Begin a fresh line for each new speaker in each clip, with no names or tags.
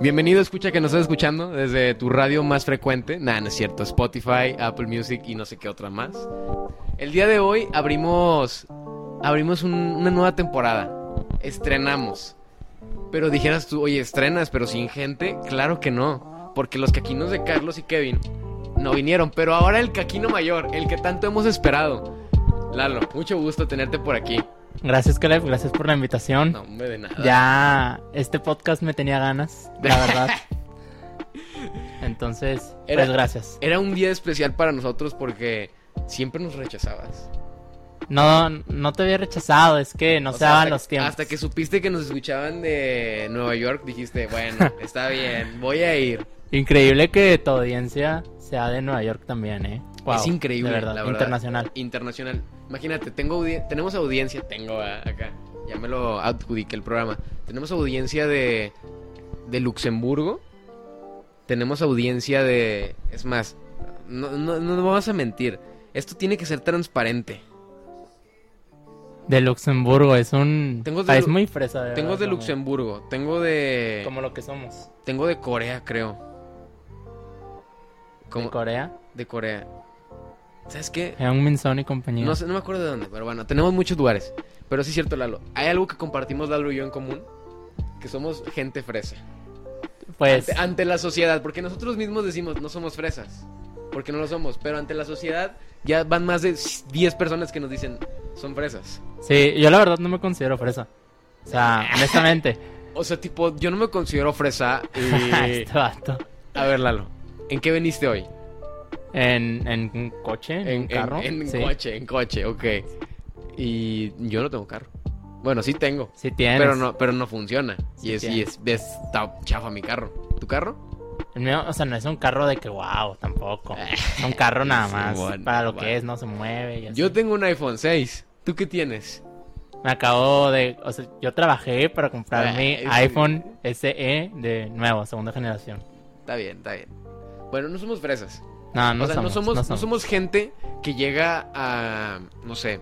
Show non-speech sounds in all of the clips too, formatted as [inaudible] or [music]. Bienvenido, escucha que nos estás escuchando desde tu radio más frecuente. Nah, no es cierto, Spotify, Apple Music y no sé qué otra más. El día de hoy abrimos, abrimos un- una nueva temporada. Estrenamos. Pero dijeras tú, oye, estrenas, pero sin gente. Claro que no. Porque los caquinos de Carlos y Kevin no vinieron. Pero ahora el caquino mayor, el que tanto hemos esperado. Lalo, mucho gusto tenerte por aquí.
Gracias, Caleb, gracias por la invitación.
No, hombre, de nada.
Ya, este podcast me tenía ganas, la
[laughs]
verdad. Entonces,
Era-
pues gracias.
Era un día especial para nosotros porque siempre nos rechazabas.
No, no te había rechazado, es que no
O
se
sea,
daban
hasta-
los tiempos.
Hasta que supiste que nos escuchaban de Nueva York, dijiste,
[laughs]
bueno, está bien, voy a ir.
Increíble que tu audiencia sea de Nueva York también, eh. Wow,
es increíble,
de verdad,
la verdad.
internacional.
Internacional. Imagínate, tengo audi- tenemos audiencia, tengo ah, acá, ya me lo adjudiqué el programa. Tenemos audiencia de, de Luxemburgo, tenemos audiencia de... Es más, no, no, no vamos a mentir, esto tiene que ser transparente.
De Luxemburgo, es un
Tengo de
país
Lu-
muy fresa, de
Tengo
verdad,
de
como-
Luxemburgo, tengo de...
Como lo que somos.
Tengo de Corea, creo. Como-
De Corea,
de Corea. ¿Sabes qué?
Heung Min Son y compañía.
No, sé- no me acuerdo de dónde, pero bueno, tenemos muchos lugares. Pero sí es cierto, Lalo. Hay algo que compartimos Lalo y yo en común. Que somos gente fresa.
Pues,
Ante, ante la sociedad, porque nosotros mismos decimos no somos fresas. Porque no lo somos. Pero ante la sociedad ya van más de 10 personas que nos dicen son fresas.
sí, yo la verdad no me considero fresa.
[laughs]
O sea, honestamente.
O sea, tipo, yo no me considero fresa.
[laughs]
y-
este vato.
A ver, Lalo. ¿En qué veniste hoy?
En, en un coche, en, un carro.
en- en
sí.
coche, en coche, ok. Y yo no tengo carro. Bueno, sí tengo.
Sí tienes.
Pero no, pero no funciona.
Sí
y es, y es, es- está chafa mi carro. ¿Tu carro?
El mío, o sea, no es un carro de que wow,
[laughs]
tampoco. Es un carro nada
Sí,
más.
bueno,
para lo
bueno.
que es, no se mueve. y así.
Yo tengo un iPhone 6. ¿Tú qué tienes?
Me acabo de. O sea, yo trabajé para comprar mi
Ah, sí.
iPhone SE de nuevo, segunda generación.
Está bien, está bien. Bueno, no somos fresas.
No, no,
o sea,
somos,
no, somos,
no
no somos gente que llega a, no sé,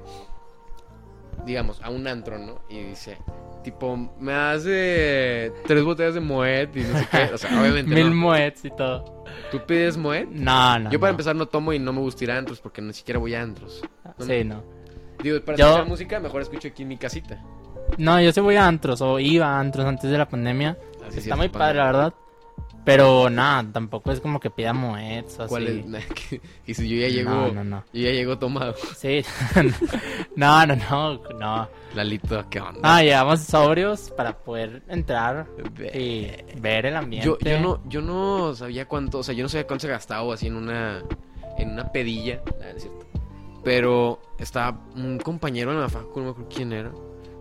digamos, a un antro, ¿no? Y dice, tipo, me hace tres botellas de Moet y no sé qué. O
[laughs]
sea, obviamente
Mil
no.
moeds y todo.
¿Tú pides Moet?
No, no.
Yo para
no.
empezar no tomo y no me gusta ir a antros porque ni siquiera voy a antros. no-
Sí, no.
Digo, para
Yo-
escuchar música mejor escucho aquí en mi casita.
No, yo sí voy a antros o iba a antros antes de la pandemia.
Así sí
Está
es
muy padre, la verdad. Pero nada, tampoco es como que pida moeds o así.
¿Cuál es? [laughs] y si yo ya llego,
Ah, No, no, no.
yo ya llego tomado.
Sí. [laughs] no, no, no, no.
[laughs] Lalito, ¿qué onda?
No, llegamos sobrios para poder entrar y ver el ambiente.
yo, yo no, yo no sabía cuánto, o sea, yo no sabía cuánto se gastaba o así en una, en una pedilla, Ah, no es cierto. Pero estaba un compañero en la facu, no me acuerdo quién era,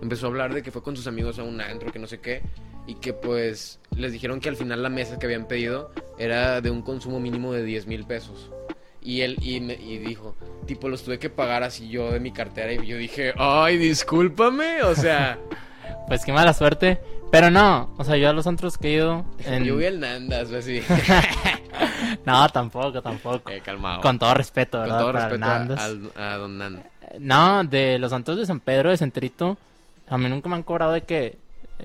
empezó a hablar de que fue con sus amigos a un antro, que no sé qué, y que pues les dijeron que al final la mesa que habían pedido era de un consumo mínimo de 10 mil pesos. Y él y, me- y dijo, tipo, los tuve que pagar así yo de mi cartera. Y yo dije, ay, discúlpame. O sea,
Pues qué mala suerte. Pero no, o sea, yo a los antros que he ido. [laughs] en-
yo vi el Nandas, o así. [laughs]
No, tampoco, tampoco.
Eh, calmado.
Con todo respeto,
Con
¿verdad?
todo
Para
respeto
Nandos.
a, al- a Don Nando.
No, de los antros de San Pedro, de Centrito, a mí nunca me han cobrado de que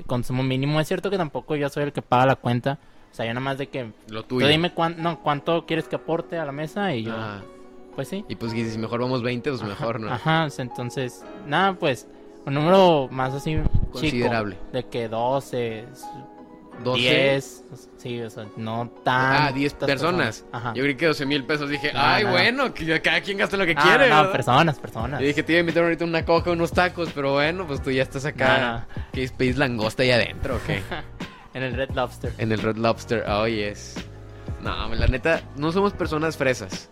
consumo mínimo. Es cierto que tampoco yo soy el que paga la cuenta. O sea, yo nada más de que.
Lo
Tú
tuyo.
dime cuán- no, cuánto quieres que aporte a la mesa y yo.
Ah,
Pues sí.
y pues y si mejor vamos 20, pues mejor, ¿no?
Ajá, o sea, entonces, nada, pues, un número más así chico,
Considerable.
de que 12,
12.
10, o sea, sí, o sea, no tan.
Ah, 10 personas.
Ajá.
Yo creí que 12 mil pesos. Dije,
No,
ay,
no, no.
bueno, que cada quien gaste lo que
No,
quiere.
Ah, no, no,
¿verdad?
personas, personas.
Y dije, te iba a invitar ahorita una coca, unos tacos, pero bueno, pues tú ya estás acá.
No,
¿Qué es- pedís langosta ahí adentro o
[laughs]
qué?
En el Red Lobster.
en el Red Lobster, oh yes. No, la neta, no somos personas fresas.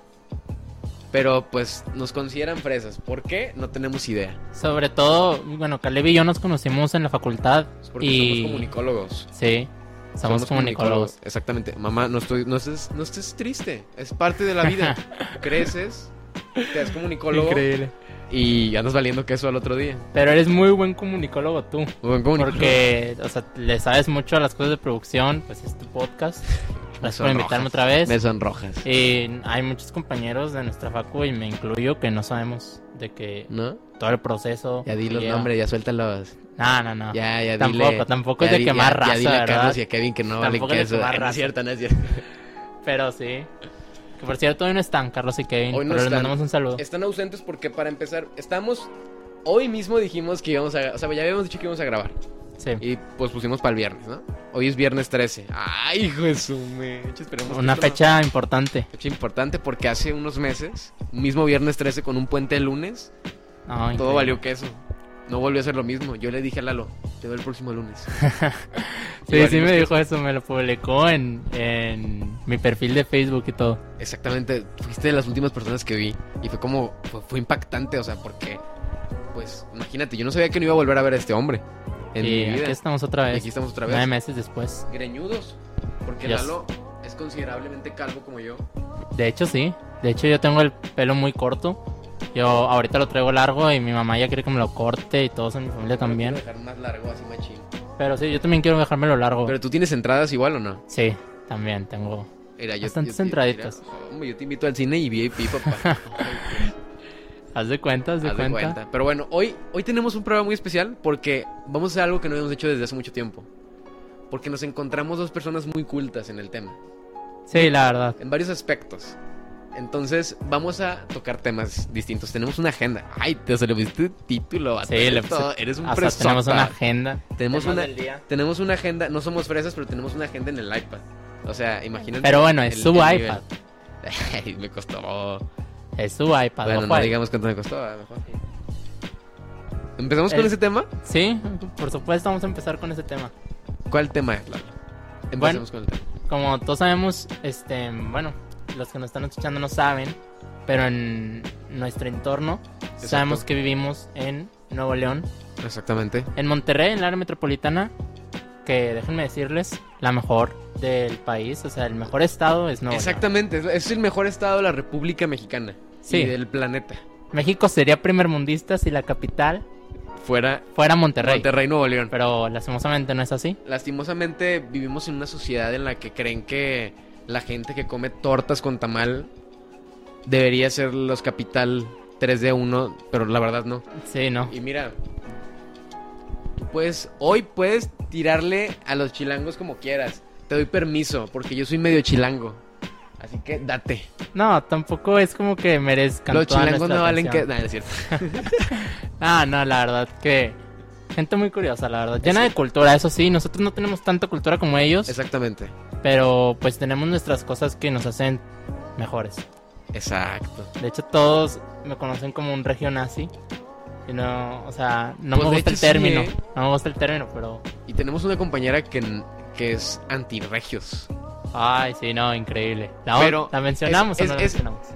Pero pues nos consideran fresas. ¿Por qué? No tenemos idea.
Sobre todo, bueno, Caleb y yo nos conocimos en la facultad.
Es porque
y...
somos comunicólogos.
Sí, somos, comunicólogos.
Exactamente. Mamá, no, estoy, no, estés, no estés triste. Es parte de la
[laughs]
vida. Creces, te das comunicólogo y andas valiendo queso al otro día.
Pero eres muy buen comunicólogo tú.
Buen comunicólogo. [laughs]
Porque, o sea, le sabes mucho a las cosas de producción, pues es tu podcast. Gracias por invitarme otra vez.
Me sonrojas.
Y Eh, hay muchos compañeros de nuestra facu y me incluyo que no sabemos de que
¿No?
todo el proceso.
Ya di los
lleva.
nombres, ya suéltalos.
No, no, no.
Ya, ya
Ah. Tampoco,
dile.
tampoco es
ya
de
di-
quemar
ya-
raza,
Ya dile a
¿verdad?
Carlos y a Kevin que no vale
Tampoco es de
queso.
quemar
Ay, No es
raza.
cierto, no es cierto.
[laughs] Pero sí. Que por cierto, hoy no están Carlos y Kevin.
Hoy no
pero les
están.
mandamos un saludo.
Están ausentes porque para empezar, estamos... Hoy mismo dijimos que íbamos a... O sea, ya habíamos dicho que íbamos a grabar.
Sí.
Y pues pusimos para el viernes, ¿no? Hoy es viernes 13. ¡Ay, hijo de su mecha! Esperemos que
Una
esto no-
fecha importante.
Fecha importante porque hace unos meses, mismo viernes 13 con un puente el lunes,
No,
todo
increíble.
valió queso. No volvió a ser lo mismo. Yo le dije a Lalo, te veo el próximo lunes. Y
Sí, sí
valimos
me
queso.
dijo eso, me lo publicó en, en mi perfil de Facebook y todo.
Exactamente, fuiste de las últimas personas que vi. Y fue como, fue, fue impactante, o sea, porque, pues, imagínate, yo no sabía que no iba a volver a ver a este hombre en
y
mi
aquí
vida.
estamos otra
Y
vez.
aquí estamos otra
Nueve
vez.
meses después.
Greñudos, porque
Yes.
Lalo es considerablemente calvo como yo.
De hecho, sí. De hecho, yo tengo el pelo muy corto. Yo ahorita lo traigo largo y mi mamá ya quiere que me lo corte y todos en mi familia
Lo
también.
quiero dejar más largo, así machín.
Pero sí, yo también quiero dejármelo largo.
Pero tú tienes entradas igual o no?
Sí, también tengo.
Mira, yo,
Bastantes
yo- mira,
entraditas.
hombre, yo te invito al cine y VIP,
[laughs]
papá.
Haz de cuenta, haz de
Haz de
cuenta.
cuenta. Pero bueno, hoy, hoy tenemos un programa muy especial porque vamos a hacer algo que no habíamos hecho desde hace mucho tiempo. Porque nos encontramos dos personas muy cultas en el tema,
Sí, la verdad.
en varios aspectos. Entonces, vamos a tocar temas distintos. Tenemos una agenda. Ay, te sobreviste título, vato.
Sí,
Eres
le puse-
todo- Eres un
Hasta tenemos
presota.
una agenda.
Tenemos
Temas
una-
del día.
Tenemos una agenda. No somos fresas, pero tenemos una agenda en el iPad. O sea, imagínate.
Pero bueno, es
el-
su
el nivel.
iPad.
[laughs] Ay, me costó.
Es su iPad.
Bueno,
ojo
no
ahí.
digamos cuánto me costó, a lo mejor. ¿Empezamos con
El-
ese tema?
Sí, por supuesto, vamos a empezar con este tema.
¿Cuál tema es, Lalo? Empecemos con el tema.
Como todos sabemos, este, bueno, los que nos están escuchando no saben, pero en nuestro entorno sabemos que vivimos en Nuevo León,
Exactamente.
en Monterrey, en el área metropolitana, que déjenme decirles, la mejor del país, o sea, el mejor estado es Nuevo
Exactamente, es es el mejor estado de la República Mexicana.
León.
Sí.
Sí,
del planeta.
México sería primermundista si la capital
Fuera
fuera Monterrey,
Monterrey, Nuevo León.
pero lastimosamente no es así.
Lastimosamente vivimos en una sociedad en la que creen que la gente que come tortas con tamal debería ser los capital 3 de 1, pero la verdad no.
Sí, no.
Y mira, tú puedes, hoy puedes tirarle a los chilangos como quieras. Te doy permiso, porque yo soy medio chilango. Así que date.
No, tampoco es como que merezcan
los
toda
chilangos
nuestra
no valen
atención.
que. Nah, no es cierto.
Ah, no, la verdad que. Gente muy curiosa, la verdad. Llena de cultura, eso sí. Nosotros no tenemos tanta cultura como ellos.
Exactamente.
Pero pues tenemos nuestras cosas que nos hacen mejores.
Exacto.
De hecho, todos me conocen como un regio nazi. Y no, o sea, no
Pues, de
me gusta
hecho,
el
sí,
término.
¿eh?
No me gusta el término, pero.
Y tenemos una compañera que, n- que es antirregios.
Ay, sí, no, increíble. ¿La,
Pero
¿la mencionamos
es-
o no la
es- es-
mencionamos?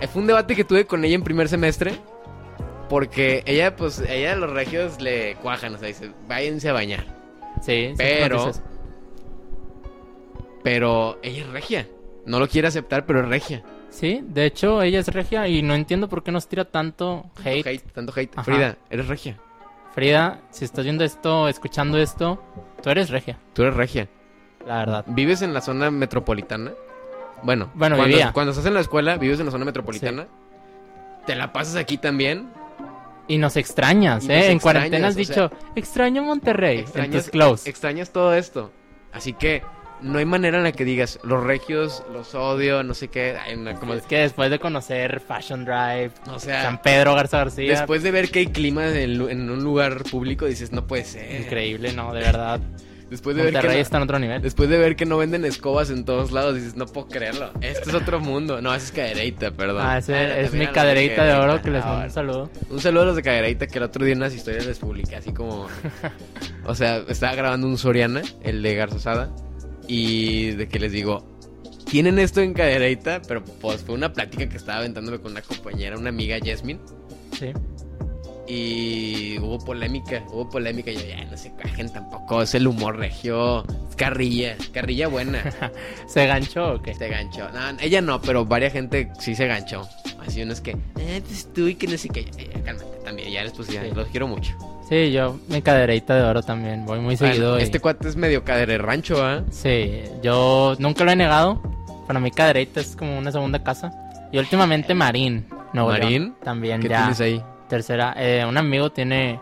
Eh, Fue un debate que tuve con ella en primer semestre. Porque ella, pues, ella a los regios le cuajan, o sea, dice, váyanse a bañar.
Sí, sí,
pero-
entonces,
Pero ella es regia. No lo quiere aceptar, pero es regia.
Sí, de hecho, ella es regia y no entiendo por qué nos tira tanto hate.
hate, tanto hate.
Ajá.
Frida, eres regia.
Frida, si estás viendo esto, escuchando esto, tú eres regia,
Tú eres regia.
la verdad.
¿Vives en la zona metropolitana? Bueno,
Bueno,
cuando,
vivía.
cuando estás en la escuela, vives en la zona metropolitana. ¿Te la pasas aquí también?
Y nos extrañas,
Y
¿eh?
nos
en
extrañas,
cuarentena has
o
dicho, extraño Monterrey, en tus close.
extrañas todo esto. Así que no hay manera en la que digas, los regios, los odio, no sé qué. Ay, no, como-
es que después de conocer Fashion Drive,
o sea,
San Pedro Garza García,
después de ver que hay clima en, lu- en un lugar público, dices, no puede ser.
increíble, no, de verdad.
[laughs] Después de ver que
Monterrey
no-
está en otro nivel.
Después de ver que no venden escobas en todos lados, dices, no puedo creerlo. Este es otro mundo. No, esa es cadereita, perdón.
Ah, ese
Ah, no, también
es mi
a los de
cadereita de oro
Cadereyta.
que les
Ah,
mando un
bueno.
saludo.
Un saludo a los de cadereita que el otro día en unas historias les publiqué, así como. o sea, estaba grabando un Soriana, el de Garzosada, y de que les digo. Tienen esto en cadereita, pero pues fue una plática que estaba aventándome con una compañera, una amiga Jasmine,
Sí.
y hubo polémica, hubo polémica, y yo ya no se cajen tampoco, es el humor regio, es carrilla, carrilla buena. [laughs]
¿Se ganchó o qué?
Se ganchó. No, ella no, pero varias gente sí se ganchó. Así unos que, eh, pues tú y que no sé qué. Eh, cálmate, también, ya les puse, ya,
Sí.
los quiero mucho.
Sí, yo mi cadereita de oro también, voy muy
Bueno,
seguido. y-
Este cuate es medio cadere rancho, ¿ah?
Sí, yo nunca lo he negado. Para mí cadereita es como una segunda casa. Y últimamente Marín. Nuevo León,
¿Marín?
también
¿Qué
ya.
tienes ahí?
Tercera, eh, un amigo tiene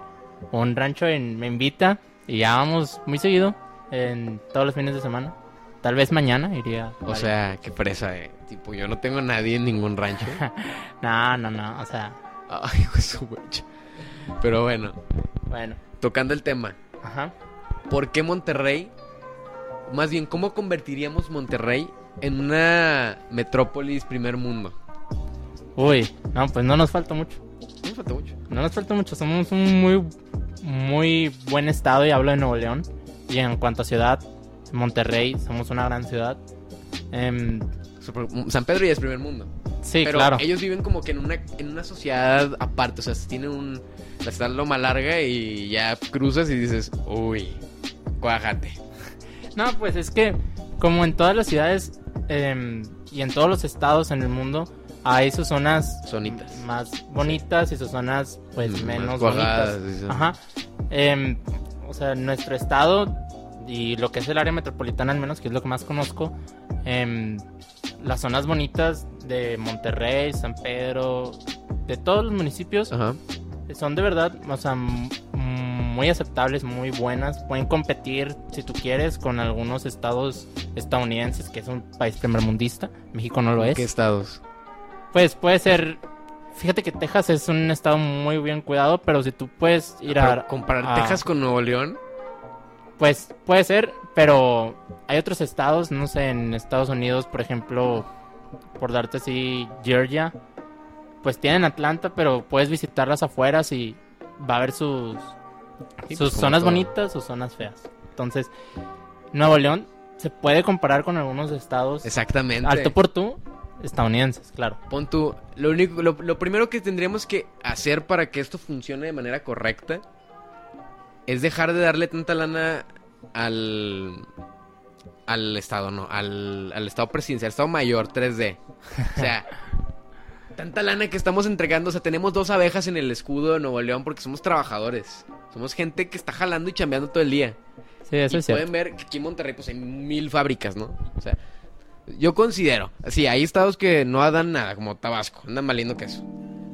un rancho en, me invita y ya vamos muy seguido en todos los fines de semana. Tal vez mañana iría.
O sea, qué presa, eh. Tipo, yo no tengo a nadie en ningún
[laughs]
rancho.
no, no, no, o sea,
Ay, hijo de su mecha. Pero bueno,
bueno,
tocando el tema.
ajá.
¿Por qué Monterrey? Más bien, ¿cómo convertiríamos Monterrey en una metrópolis primer mundo?
Uy, no, pues no nos falta mucho.
No me falta mucho.
No nos falta mucho, somos un muy, muy buen estado y hablo de Nuevo León. Y en cuanto a ciudad, Monterrey, somos una gran ciudad. Em,
O sea, por- San Pedro ya es primer mundo.
sí,
pero
claro.
ellos viven como que en una, en una sociedad aparte. O sea, tienen un. La ciudad loma larga y ya cruzas y dices, uy, cuájate.
No, pues es que como en todas las ciudades em, y en todos los estados en el mundo, hay sus zonas
Zonitas.
m- más bonitas y sus zonas pues
Mm,
menos
más cuajadas,
bonitas.
dices.
Ajá. Em, o sea, nuestro estado y lo que es el área metropolitana al menos, que es lo que más conozco, em, las zonas bonitas de Monterrey, San Pedro, de todos los municipios,
Ajá.
son de verdad, o sea, m- muy aceptables, muy buenas. Pueden competir, si tú quieres, con algunos estados estadounidenses, que es un país primermundista. México no lo es.
¿Qué estados?
Pues puede ser. Fíjate que Texas es un estado muy bien cuidado, pero si tú puedes ir a.
Pero comparar
a-
Texas con Nuevo León.
Pues puede ser, pero hay otros estados, no sé, en Estados Unidos, por ejemplo, por darte así, Georgia, pues tienen Atlanta, pero puedes visitar las afueras y va a haber sus,
Sí, pues,
sus
como
zonas
todo.
bonitas, sus zonas feas. Entonces, Nuevo León se puede comparar con algunos estados
Exactamente.
alto por tú, estadounidenses, claro.
Pon tú, lo único, lo, lo primero que tendríamos que hacer para que esto funcione de manera correcta es dejar de darle tanta lana al al estado, no, al, al estado presidencial, estado mayor, 3D. O sea, tanta lana que estamos entregando, o sea, tenemos dos abejas en el escudo de Nuevo León porque somos trabajadores. Somos gente que está jalando y chambeando todo el día.
Sí, eso
Y
es cierto.
pueden ver que aquí en Monterrey pues hay mil fábricas, ¿no? O sea, yo considero, sí, hay estados que no dan nada, como Tabasco, andan valiendo queso.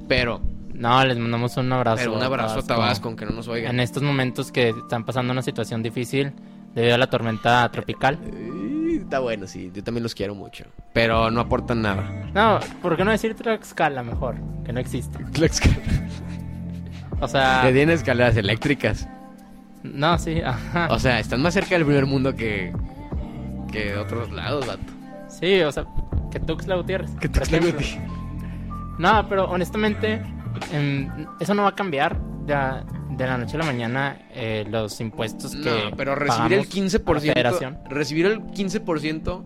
Pero,
No, les mandamos un abrazo.
pero un abrazo a Tabasco, aunque no nos
En
oigan.
estos momentos que están pasando una situación difícil debido a la tormenta tropical.
Eh, Está bueno, sí, yo también los quiero mucho. Pero no aportan [laughs] nada.
No, ¿por qué no decir Tlaxcala mejor? Que no existe.
Tlaxcala.
O sea,
Que tienen escaleras eléctricas.
no, sí, ajá.
O sea, están más cerca del primer mundo que, que de otros lados, vato.
Sí, o sea, que Tuxtla Gutiérrez.
Que
por
Tuxtla
ejemplo.
Guti-
No, pero honestamente, em, eso no va a cambiar de, la- de la noche a la mañana eh, los impuestos que.
No, pero recibir el
pagamos a
15%.
la federación.
Recibir el 15%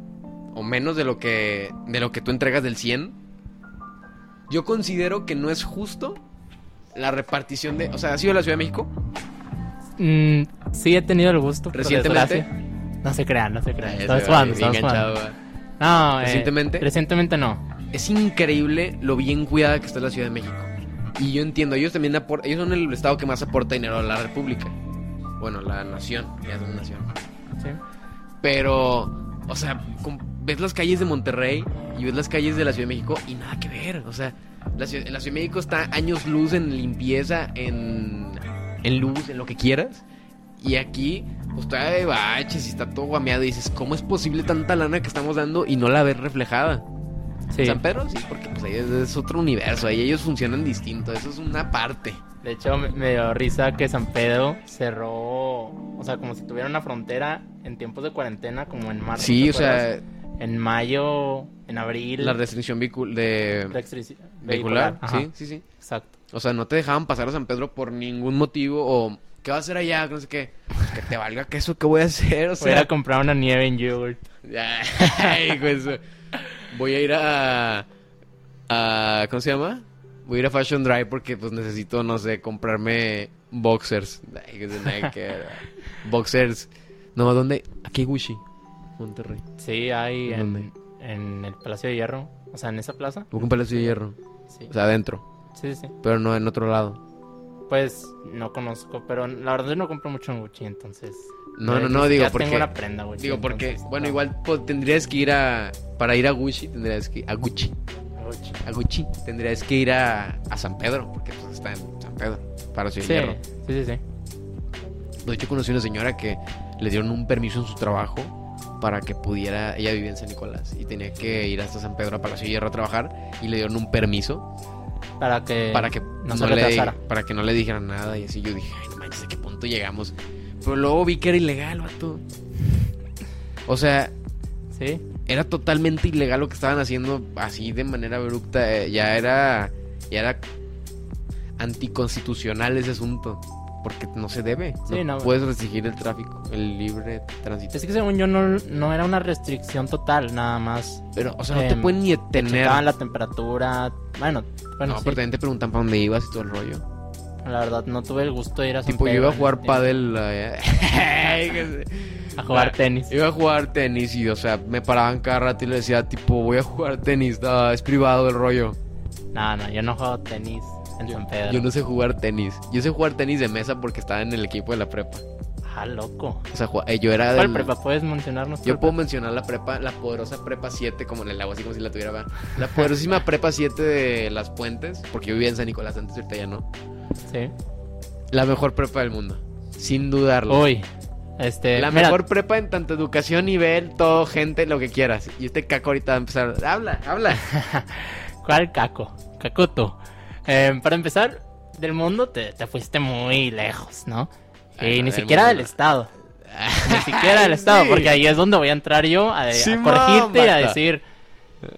o menos de lo que de lo que tú entregas del 100. Yo considero que no es justo la repartición de, o sea, ha sido la Ciudad de México
Mm, sí, he tenido el gusto. por
Recientemente.
desgracia. No se crean, no se crean.
Ay,
Estamos
ese,
jugando,
bien
estamos jugando.
enganchado, va.
No, eh,
¿Recientemente?
Recientemente no.
Es increíble lo bien cuidada que está la Ciudad de México. Y yo entiendo, ellos también aportan, ellos son el estado que más aporta dinero a la República. Bueno, la nación, ya es una nación.
Sí.
Pero, o sea, com- ves las calles de Monterrey y ves las calles de la Ciudad de México y nada que ver. O sea, la Ciudad, la Ciudad de México está años luz en limpieza, en, en luz, en lo que quieras. Y aquí, pues todavía hay baches y está todo guameado. Y dices, ¿cómo es posible tanta lana que estamos dando y no la ves reflejada?
Sí.
San Pedro sí, porque pues ahí es, es otro universo. Ahí ellos funcionan distinto. Eso es una parte.
De hecho, me, me dio risa que San Pedro cerró, o sea, como si tuviera una frontera en tiempos de cuarentena, como en marzo.
Sí,
Ah, ¿te
o sea,
acuerdas? En mayo, en abril.
la restricción vicu- de
restric-
vehicular.
Ajá,
Sí, sí, sí.
Exacto.
O sea, no te dejaban pasar a San Pedro por ningún motivo o ¿qué vas a hacer allá? No sé qué. Pues, que te valga queso, ¿qué voy a hacer? O
Voy a ir a
sea,
comprar una nieve en yogurt.
[laughs] ay, pues, voy a ir a, a ¿cómo se llama? Voy a ir a Fashion Drive porque pues necesito, no sé, comprarme boxers. Ay, que se nada que ver. boxers. No, ¿dónde? Aquí hay Gucci, Monterrey.
Sí, hay
¿En
en, en el Palacio de Hierro. O sea, en esa plaza.
Hubo un palacio de hierro,
Sí,
o sea, adentro,
sí, sí. sí.
pero no en otro lado.
pues no conozco, pero la verdad yo no compro mucho en Gucci, entonces.
No,
eh,
no,
ni
no, digo
siquiera
porque.
Tengo una prenda, Gucci.
digo porque,
Pues entonces,
bueno,
no,
igual po- tendrías que ir a. Para ir a Gucci, tendrías que. A Gucci.
Gucci.
A Gucci. Tendrías que ir a, a San Pedro, porque pues, está en San Pedro. Para su
Sí, sí, sí, sí.
De hecho, conocí una señora que le dieron un permiso en su trabajo para que pudiera. Ella vivía en San Nicolás y tenía que ir hasta San Pedro a Palacio Hierro a trabajar y le dieron un permiso
Para que.
para que no,
no se
le,
retrasara.
para que no le dijeran nada. Y así yo dije, ay, no manches, ¿a qué punto llegamos? Pero luego vi que era ilegal, vato. O sea,
Sí.
era totalmente ilegal lo que estaban haciendo así de manera abrupta. eh, Ya era. Ya era anticonstitucional ese asunto. Porque no se debe.
Sí,
no,
no.
puedes restringir el tráfico, el libre tránsito.
Es que según yo no, no era una restricción total, nada más.
Pero, o sea, no te
Em,
pueden ni
Te
detener.
checaban la temperatura. Bueno, bueno,
no,
sí,
pero también te preguntan para dónde ibas y todo el rollo.
la verdad no tuve el gusto de ir a San
Tipo, yo
Pedro
iba a
en
jugar
ese tiempo.
pádel. eh, [laughs]
A jugar tenis.
Iba a jugar tenis y, o sea, me paraban cada rato y le decía, tipo, voy a jugar tenis. no, es privado el rollo.
No, no, yo no juego tenis en San Pedro.
Yo no sé jugar tenis. Yo sé jugar tenis de mesa porque estaba en el equipo de la prepa.
Ah, loco.
O sea, ju- eh, yo era
¿Cuál
del-
prepa? ¿Puedes mencionarnos?
Yo
cuál
puedo mencionar la prepa, la poderosa prepa 7, como en el agua, así como si la tuviera. ¿verdad? La poderosísima [laughs] prepa 7 de Las Puentes, porque yo vivía en San Nicolás antes, ahorita ya no.
prepa? Sí.
La mejor prepa del mundo, sin dudarlo.
Uy, este.
la
mira,
mejor prepa en tanto educación, nivel, todo, gente, lo que quieras. Y este caco ahorita va a empezar. Habla,
[laughs]
habla.
¿Cuál caco? Cacoto. Eh, para empezar, del mundo te, te fuiste muy lejos, ¿no?
Ah,
Y
no,
ni
del
siquiera
mundo
del
no.
Estado. Ni
[laughs]
siquiera del Estado,
Sí.
porque ahí es donde voy a entrar yo a, a
Simón,
corregirte y a
vato.
decir: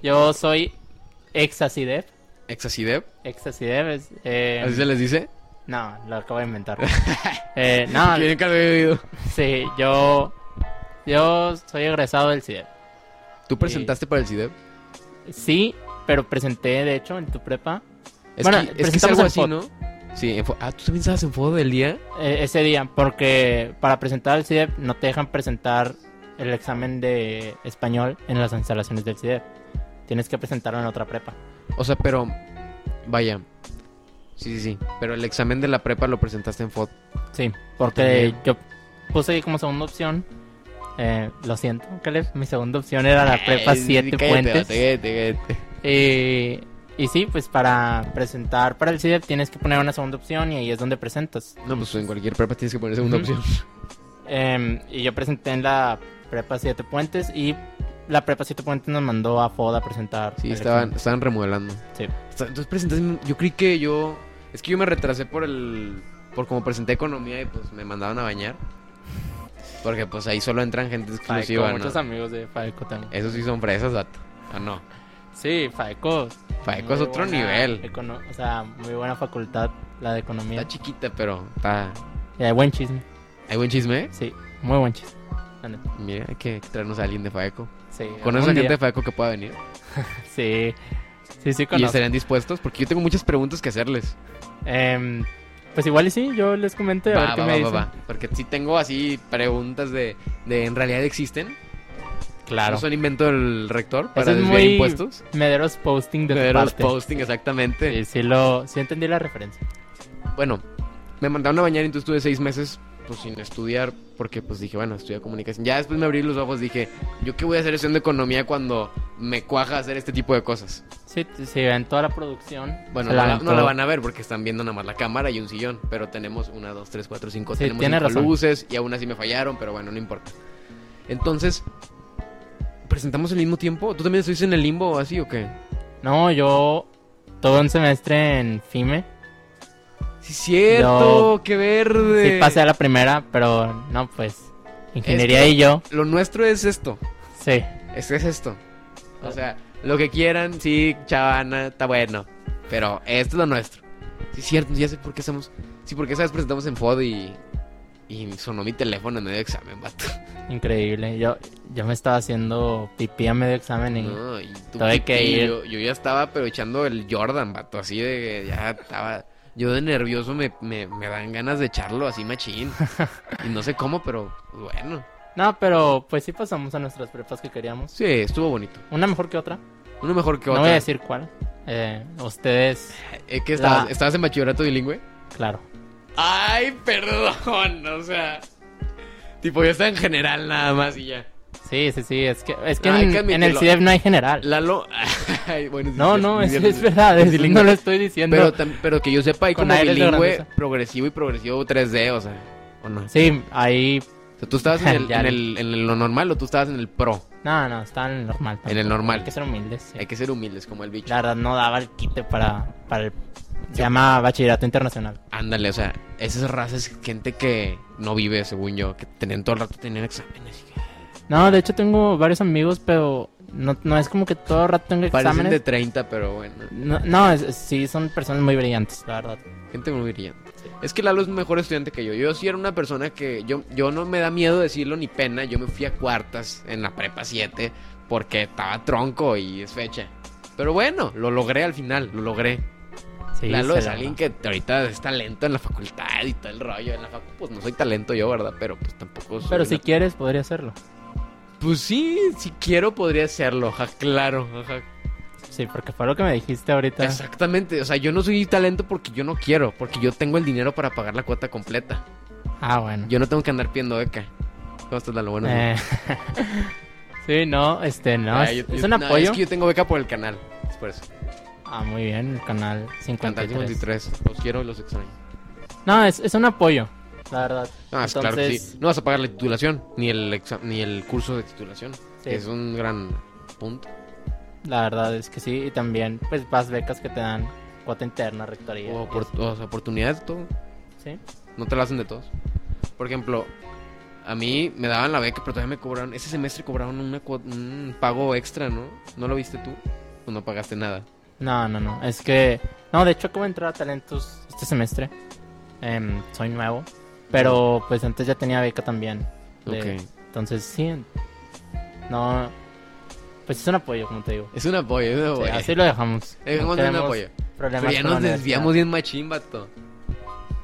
Yo soy ex ACIDEP.
Exacidep,
Ex ACIDEP es. eh,
así se les dice.
No, lo acabo
[laughs]
de inventar. Eh, no,
Bien cabido.
sí, yo. Yo soy egresado del CIDEP.
¿Tú presentaste para el CIDEP?
Sí, pero presenté, de hecho, en tu prepa.
Es,
Bueno,
que, es que es algo
presentamos
así,
en
¿no? Sí, en fo- ah, ¿tú también estabas en foto del día?
eh, ese día, porque para presentar al CIDEP no te dejan presentar el examen de español en las instalaciones del CIDEP. Tienes que presentarlo en otra prepa.
O sea, pero. Vaya. Sí, sí, sí. Pero el examen de la prepa lo presentaste en FOD.
Sí, porque yo puse ahí como segunda opción. eh, lo siento, Caleb. Mi segunda opción era la prepa
Eh,
Siete
cállate,
Puentes.
vato, cállate, cállate.
Eh, y sí, pues para presentar para el CIDEP tienes que poner una segunda opción y ahí es donde presentas.
No, pues en cualquier prepa tienes que poner segunda
Ujú.
opción.
Em, y yo presenté en la prepa Siete Puentes y la prepa Siete Puentes nos mandó a FOD a presentar.
Sí,
el
estaban,
examen.
estaban remodelando.
Sí.
Está- Entonces presentaste. Yo creí que yo. Es que yo me retrasé por el. Por como presenté economía y pues me mandaban a bañar. Porque pues ahí solo entran gente
Faeco,
exclusiva. ¿no? Eh.
muchos amigos de Faeco también.
Esos sí son fresas, dato. ¿O no?
Sí, Faeco.
Faeco
muy
es otro
buena
nivel.
econo- o sea, muy buena facultad, la de economía.
Está chiquita, pero está.
Y hay buen chisme,
¿Hay buen chisme?
sí, muy buen chisme. la neta.
Mira, hay que traernos a alguien de Faeco.
Sí,
Con esa
algún
gente
día.
de Faeco que pueda venir.
Sí, sí, sí,
¿Y
conozco.
estarían dispuestos? Porque yo tengo muchas preguntas que hacerles.
Em, pues igual y sí, yo les comenté a ver
Va,
qué
va,
me
va, va,
dicen.
va. Porque sí tengo así preguntas de, de ¿en realidad existen?
Claro.
¿No son invento del rector para
Eso es
desviar
muy
impuestos?
Mederos posting de tu
De los
parte.
posting, exactamente.
Sí, sí, lo, sí entendí la referencia.
Bueno, me mandaron a bañar y entonces estuve seis meses pues sin estudiar porque pues dije, bueno, estudia comunicación. Ya después me abrí los ojos, dije, ¿yo qué voy a hacer estudiando economía cuando me cuaja hacer este tipo de cosas?
Sí, t- si ven toda la producción.
Bueno,
se
no la,
ven
no la
todo.
van a ver porque están viendo nada más la cámara y un sillón, pero tenemos una, dos, tres, cuatro, cinco,
Sí,
tenemos
tiene
cinco
razón.
luces y aún así me fallaron, pero bueno, no importa. Entonces, ¿presentamos el mismo tiempo? ¿Tú también estuviste en el limbo o así o qué?
No, yo todo un semestre en FIME.
Sí, cierto, qué verde.
Sí pasé a la primera, pero no, pues. Ingeniería
Esto-
y yo,
Lo nuestro es esto,
sí.
es, es esto.
Ah.
O sea, lo que quieran, sí, chavana, está bueno, pero esto es lo nuestro. Sí, cierto, ya sé por qué estamos... Sí, porque esa vez presentamos en FOD y... Y sonó mi teléfono en medio de examen, vato.
Increíble. Yo, yo me estaba haciendo pipí a medio examen y.
No, y tú
Todavía hay
pipí,
que ir.
Yo, yo ya estaba pero echando el Jordan, vato, así de que ya estaba. Yo de nervioso me, me, me dan ganas de echarlo así machín. Y no sé cómo, pero pues, bueno.
No, pero pues sí pasamos a nuestras prepas que queríamos.
Sí, estuvo bonito.
Una mejor que otra.
Uno mejor que
No
otro.
voy a decir cuál. Eh, ustedes,
Eh, ¿qué estabas,
La-
estabas en bachillerato bilingüe?
claro.
Ay, perdón, o sea. Tipo, yo estaba en general nada más y ya.
Sí, sí, sí, es que, es que
Ah, Hay
en,
que
en el
admitirlo.
CIDEF no hay general.
Lalo. [laughs] Ay, bueno, sí,
No,
sí, [laughs]
no,
sí,
es,
sí,
es
sí.
verdad, es-
bilingüe.
no lo estoy diciendo.
Pero, tam- pero que yo sepa, hay
Con
como
aires de
bilingüe,
grandeza.
progresivo y progresivo 3D, o sea, ¿o no?
Sí, ahí,
O sea, tú estabas
[laughs]
en el,
Ya
en,
le-
el, en el- lo normal o tú estabas en el pro,
no, no, está en el normal.
en el
Hay
normal.
que ser humildes, sí.
Hay que ser humildes como el bicho.
La verdad, no daba el quite para, para el... Se llama bachillerato internacional.
Ándale, o sea, esas razas es gente que no vive, según yo, que tenían todo el rato tenían exámenes. y que
No, de hecho tengo varios amigos, pero no, no es como que todo el rato tenga
Parecen
exámenes.
de 30, pero bueno,
No, no, es- es- sí, son personas muy brillantes, la verdad.
gente muy brillante. Es que Lalo es mejor estudiante que yo. Yo sí era una persona que yo, yo no me da miedo decirlo ni pena. Yo me fui a cuartas en la prepa 7 porque estaba tronco y es fecha. Pero bueno, lo logré al final, lo logré.
Sí,
Lalo
se
es
la-
alguien que ahorita es talento en la facultad y todo el rollo. En la facu, pues no soy talento yo, ¿verdad? Pero pues tampoco soy
Pero
una-
si quieres, podría hacerlo.
Pues sí, si quiero podría hacerlo, ajá, claro, ajá.
Sí, porque fue lo que me dijiste ahorita.
Exactamente, o sea, yo no soy talento porque yo no quiero, porque yo tengo el dinero para pagar la cuota completa.
Ah, bueno.
Yo no tengo que andar pidiendo beca. ¿Cómo estás, Lalo? Bueno,
Eh, [laughs] sí, no, este, no. es, es un apoyo.
es que Ah, yo tengo beca por el canal, es por eso.
Ah, muy bien, el canal
53.
53.
los quiero y los extraño.
No, es, es un apoyo, la verdad.
Ah, es claro que
Entonces-
sí. No vas a pagar la titulación, ni el, exa- ni el curso de titulación.
Sí.
Es un gran punto.
La verdad es que sí, y también, pues, vas becas que te dan cuota interna, rectoría.
O,
y
opor- o sea, oportunidades, todo.
eso, ¿sí?
No te la hacen de todos. Por ejemplo, a mí me daban la beca, pero todavía me cobraron. Ese semestre cobraron una cuo- un pago extra, ¿no? ¿No lo viste tú? Pues no pagaste nada.
No, no, no. Es que. No, de hecho, acabo de entrar a talentos este semestre. Em, soy nuevo. Pero pues antes ya tenía beca también. De-
Ok.
Entonces, sí. No. Pues es un apoyo, como te digo.
Es un apoyo, es un
Sí,
apoyo.
así lo dejamos.
Dejemos
No
Oh, de un
queremos
apoyo.
problemas
Pero ya
con la
nos desviamos
universidad.
bien machín, vato.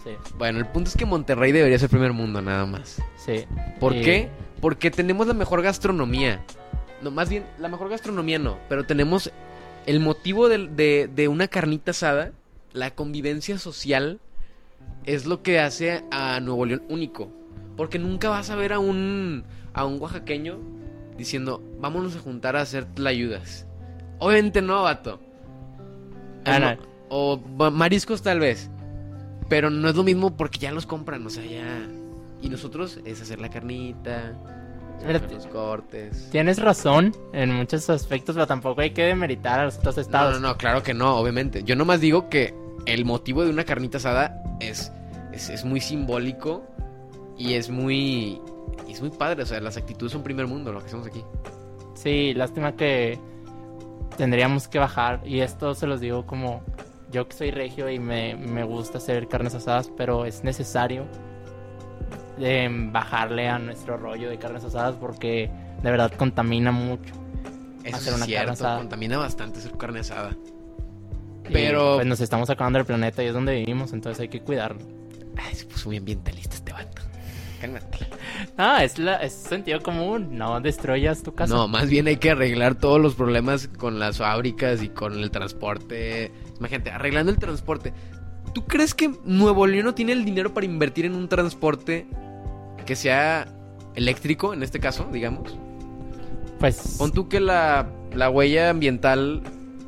Sí,
Bueno, el punto es que Monterrey debería ser primer mundo, nada más.
sí.
¿Por
Y-
qué? Porque tenemos la mejor gastronomía. No, más bien, la mejor gastronomía no, pero tenemos el motivo del- de, de una carnita asada, la convivencia social, es lo que hace a Nuevo León único. Porque nunca vas a ver a un, a un oaxaqueño diciendo, vámonos a juntar a hacer tlayudas. Obviamente no, vato.
Ah,
No,
no.
O ba- mariscos tal vez. Pero no es lo mismo porque ya los compran, o sea, ya... Y nosotros es hacer la carnita,
Mira,
hacer los cortes.
Tienes razón en muchos aspectos, pero tampoco hay que demeritar a los otros
No,
estados.
no, no, claro que no, obviamente. Yo nomás digo que el motivo de una carnita asada es, es, es muy simbólico y es muy, y es muy padre. O sea, las actitudes son primer mundo, lo que hacemos aquí.
Sí, lástima que tendríamos que bajar. Y esto se los digo como yo que soy regio y me, me gusta hacer carnes asadas, pero es necesario em, bajarle a nuestro rollo de carnes asadas porque de verdad contamina mucho.
Eso sí
Hacer
es
una carne
cierto,
asada.
contamina bastante hacer carne asada.
Y,
Pero-
pues nos estamos acabando del planeta y es donde vivimos, entonces hay que cuidarlo.
Ay, se puso muy ambientalista este vato. Cálmate.
Ah, es, la, es sentido común. No destruyas tu casa.
No, más bien hay que arreglar todos los problemas con las fábricas y con el transporte. Imagínate, arreglando el transporte. ¿Tú crees que Nuevo León no tiene el dinero para invertir en un transporte que sea eléctrico, en este caso, digamos?
Pues
Pon tú que la, la huella ambiental,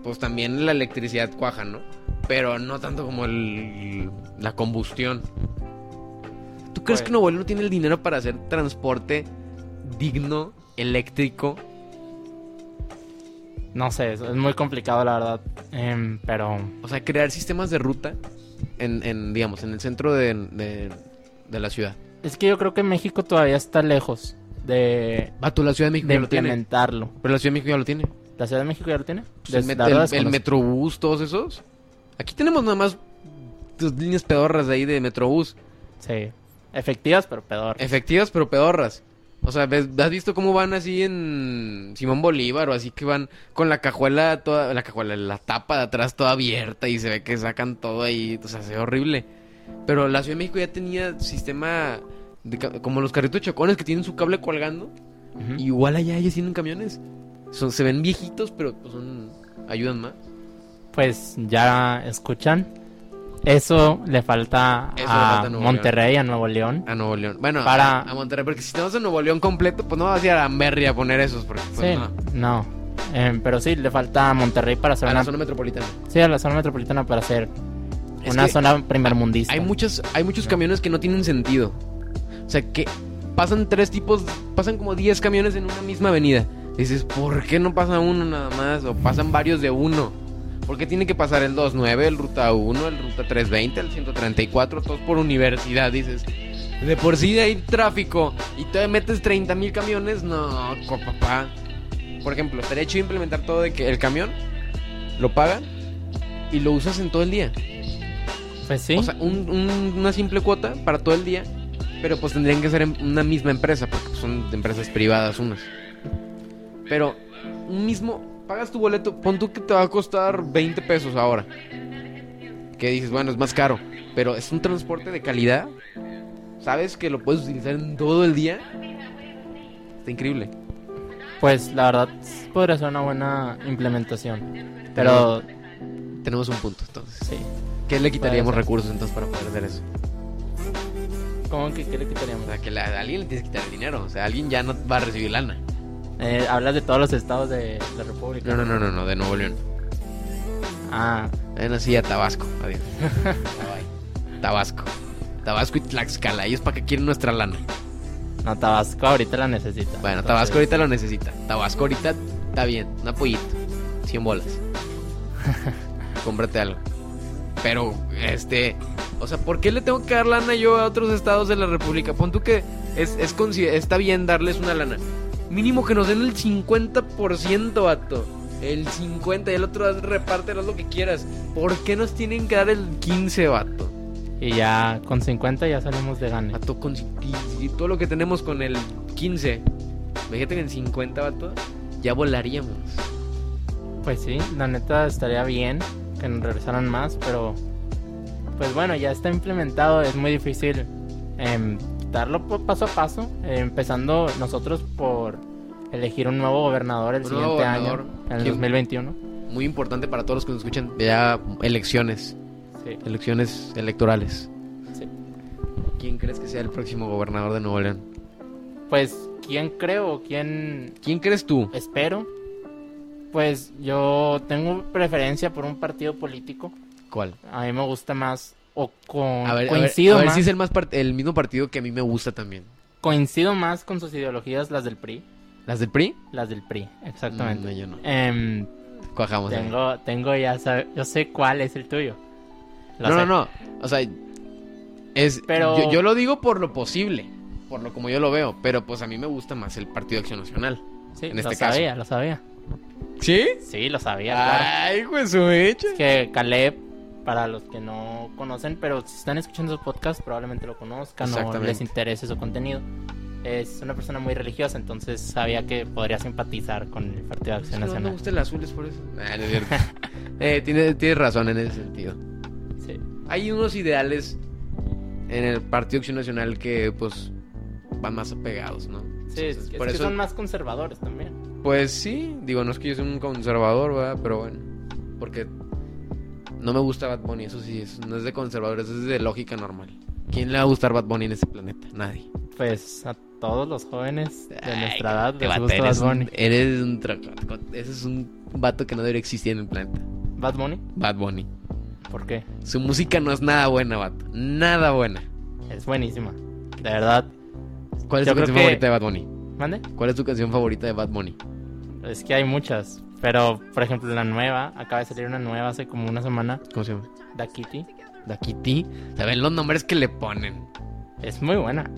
pues también la electricidad cuaja, ¿no? Pero no tanto como el, la combustión. ¿Tú crees
Pues-
que Nuevo León no tiene el dinero para hacer transporte digno, eléctrico?
no sé, es es muy complicado la verdad. Em, pero
O sea, crear sistemas de ruta en, en, digamos, en el centro de, de- de la ciudad.
es que yo creo que México todavía está lejos de,
Vato, Ah, la Ciudad de México
de
ya lo tiene.
implementarlo.
Pero la Ciudad de México ya lo tiene.
¿La Ciudad de México ya lo tiene?
Pues el,
Des-
met-
la verdad
el-
es que
el
no sé.
Metrobús, todos esos. Aquí tenemos nada más dos líneas pedorras de ahí de Metrobús.
Sí. Efectivas, pero peor.
Efectivas, pero pedorras. O sea, ¿ves- ¿has visto cómo van así en Simón Bolívar o así que van con la cajuela toda, la cajuela, la tapa de atrás toda abierta y se ve que sacan todo ahí, o sea, se ve horrible. Pero la Ciudad de México ya tenía sistema de ca- como los carritos chocones que tienen su cable colgando,
Ujú.
igual allá ellos tienen camiones. Son, se ven viejitos, pero pues, son ayudan más.
Pues ya escuchan. Eso le falta
Eso le
a
falta a Nuevo Ah, León.
Monterrey, a Nuevo León.
A Nuevo León. Bueno,
Para-
a, a Monterrey, porque si te vas a Nuevo León completo, pues no vas a ir a Merry a poner esos, porque pues
sí,
no.
no. Em, pero sí, le falta a Monterrey para hacer
A
una...
la zona metropolitana.
Sí, a la zona metropolitana para hacer
Es
una
que
zona primermundista.
Hay muchos, hay muchos camiones que no tienen sentido. O sea, que pasan tres tipos, pasan como 10 camiones en una misma avenida. Dices, ¿por qué no pasa uno nada más? O pasan varios de uno. ¿Por qué tiene que pasar el 29, el ruta 1, el ruta 320, el 134, todos por universidad? Dices, de por sí hay tráfico y todavía metes 30 mil camiones. No, co- papá. Por ejemplo, estaría chido implementar todo de que el camión lo pagan y lo usas en todo el día.
Pues sí.
O sea, un- un- una simple cuota para todo el día. Pero pues tendrían que ser en una misma empresa, porque pues, son de empresas privadas unas. Pero un mismo, pagas tu boleto, pon tú que te va a costar 20 pesos ahora. Que dices, bueno, es más caro. Pero es un transporte de calidad. Sabes que lo puedes utilizar en todo el día. Está increíble.
Pues la verdad s- podría ser una buena implementación. Pero
Tenemos un punto entonces.
sí.
¿Qué le quitaríamos
Puede ser.
recursos entonces para poder hacer eso?
¿Cómo que qué le quitaríamos?
O sea, que la- a alguien le tienes que quitar el dinero. O sea, alguien ya no va a recibir lana.
Eh, hablas de todos los estados de la República.
No, no, no, no, no, de Nuevo León. Eh,
Ah,
Ven así a Tabasco, adiós. Bye. Tabasco. Tabasco y Tlaxcala, ellos para qué quieren nuestra lana.
no, Tabasco ahorita la necesita.
Bueno,
Entonces,
Tabasco ahorita lo necesita. Tabasco ahorita está bien, un apoyito. 100 [laughs] bolas. Cómprate algo. Pero, este. O sea, ¿por qué le tengo que dar lana yo a otros estados de la República? Pon tú que es, es consi- está bien darles una lana. Mínimo que nos den el 50%, vato. El 50% y el otro haz- repártelo haz lo que quieras. ¿Por qué nos tienen que dar el 15%, vato?
Y ya con 50 ya salimos de gane.
Vato, con si- y- y todo lo que tenemos con el 15. Imagínate que en 50, vato, ya volaríamos.
Pues sí, la neta estaría bien que nos regresaran más, pero pues bueno, ya está implementado, es muy difícil em, darlo po- paso a paso, eh, empezando nosotros por elegir un nuevo gobernador el
Un
siguiente
nuevo gobernador.
año, en el
¿Quién?
2021.
Muy importante para todos los que nos escuchan. Ya elecciones,
Sí,
elecciones electorales.
sí.
¿Quién crees que sea el próximo gobernador de Nuevo León?
Pues, ¿quién creo? ¿Quién
¿Quién crees tú?
espero? Pues yo tengo preferencia por un partido político,
¿Cuál?
a mí me gusta más, o con,
A ver, a ver,
coincido
a ver
más.
si es el, más part- el mismo partido que a mí me gusta también.
Coincido más con sus ideologías, las del PRI.
¿Las del PRI?
Las del PRI, exactamente.
No, yo no.
Em,
Cuajamos. ahí.
tengo, tengo ya, sab- yo sé cuál es el tuyo. Lo
No, no,
sé.
no. O sea, es.
Pero-
Yo, yo lo digo por lo posible, por lo como yo lo veo. Pero pues a mí me gusta más el Partido de Acción Nacional.
Sí,
en
lo
este
sabía, lo sabía.
¿Sí?
Sí, lo sabía. claro.
Ay, pues su hecho.
Es que Caleb, para los que no conocen, pero si están escuchando su podcast, probablemente lo conozcan o
Exactamente.
les interese su contenido. Es una persona muy religiosa, entonces sabía que podría simpatizar con el Partido de Acción
no me
Nacional.
gusta el azul, es por eso. Nah, Ah, no es cierto. [laughs] eh, tienes, tienes razón en ese sentido.
Sí.
Hay unos ideales en el Partido Acción Nacional que, pues, van más apegados, ¿no?
Sí, es
Entonces,
que-
por
es que
eso,
son más conservadores también.
pues sí. Digo, no es que yo sea un conservador, ¿verdad? Pero bueno, porque no me gusta Bad Bunny. Eso sí, es- no es de conservadores, es de lógica normal. ¿Quién le va a gustar Bad Bunny en este planeta? Nadie.
Pues a todos los jóvenes de
Ay,
nuestra edad
Te
les
va
gusta Bad
eres,
Bunny.
un, eres un troco- Ese es un vato que no debería existir en el planeta.
¿Bad Bunny?
Bad Bunny.
¿Por qué?
Su música no es nada buena, vato. Nada buena.
Es buenísima. De verdad.
¿Cuál es
Yo
tu
creo
canción
que-
favorita de Bad Bunny?
¿Mande?
¿Cuál es tu canción favorita de Bad Bunny?
Es que hay muchas. Pero, por ejemplo, la nueva. Acaba de salir una nueva hace como una semana.
¿Cómo se llama?
Da Kitty.
Da Kitty. Saben los nombres que le ponen.
Es muy buena.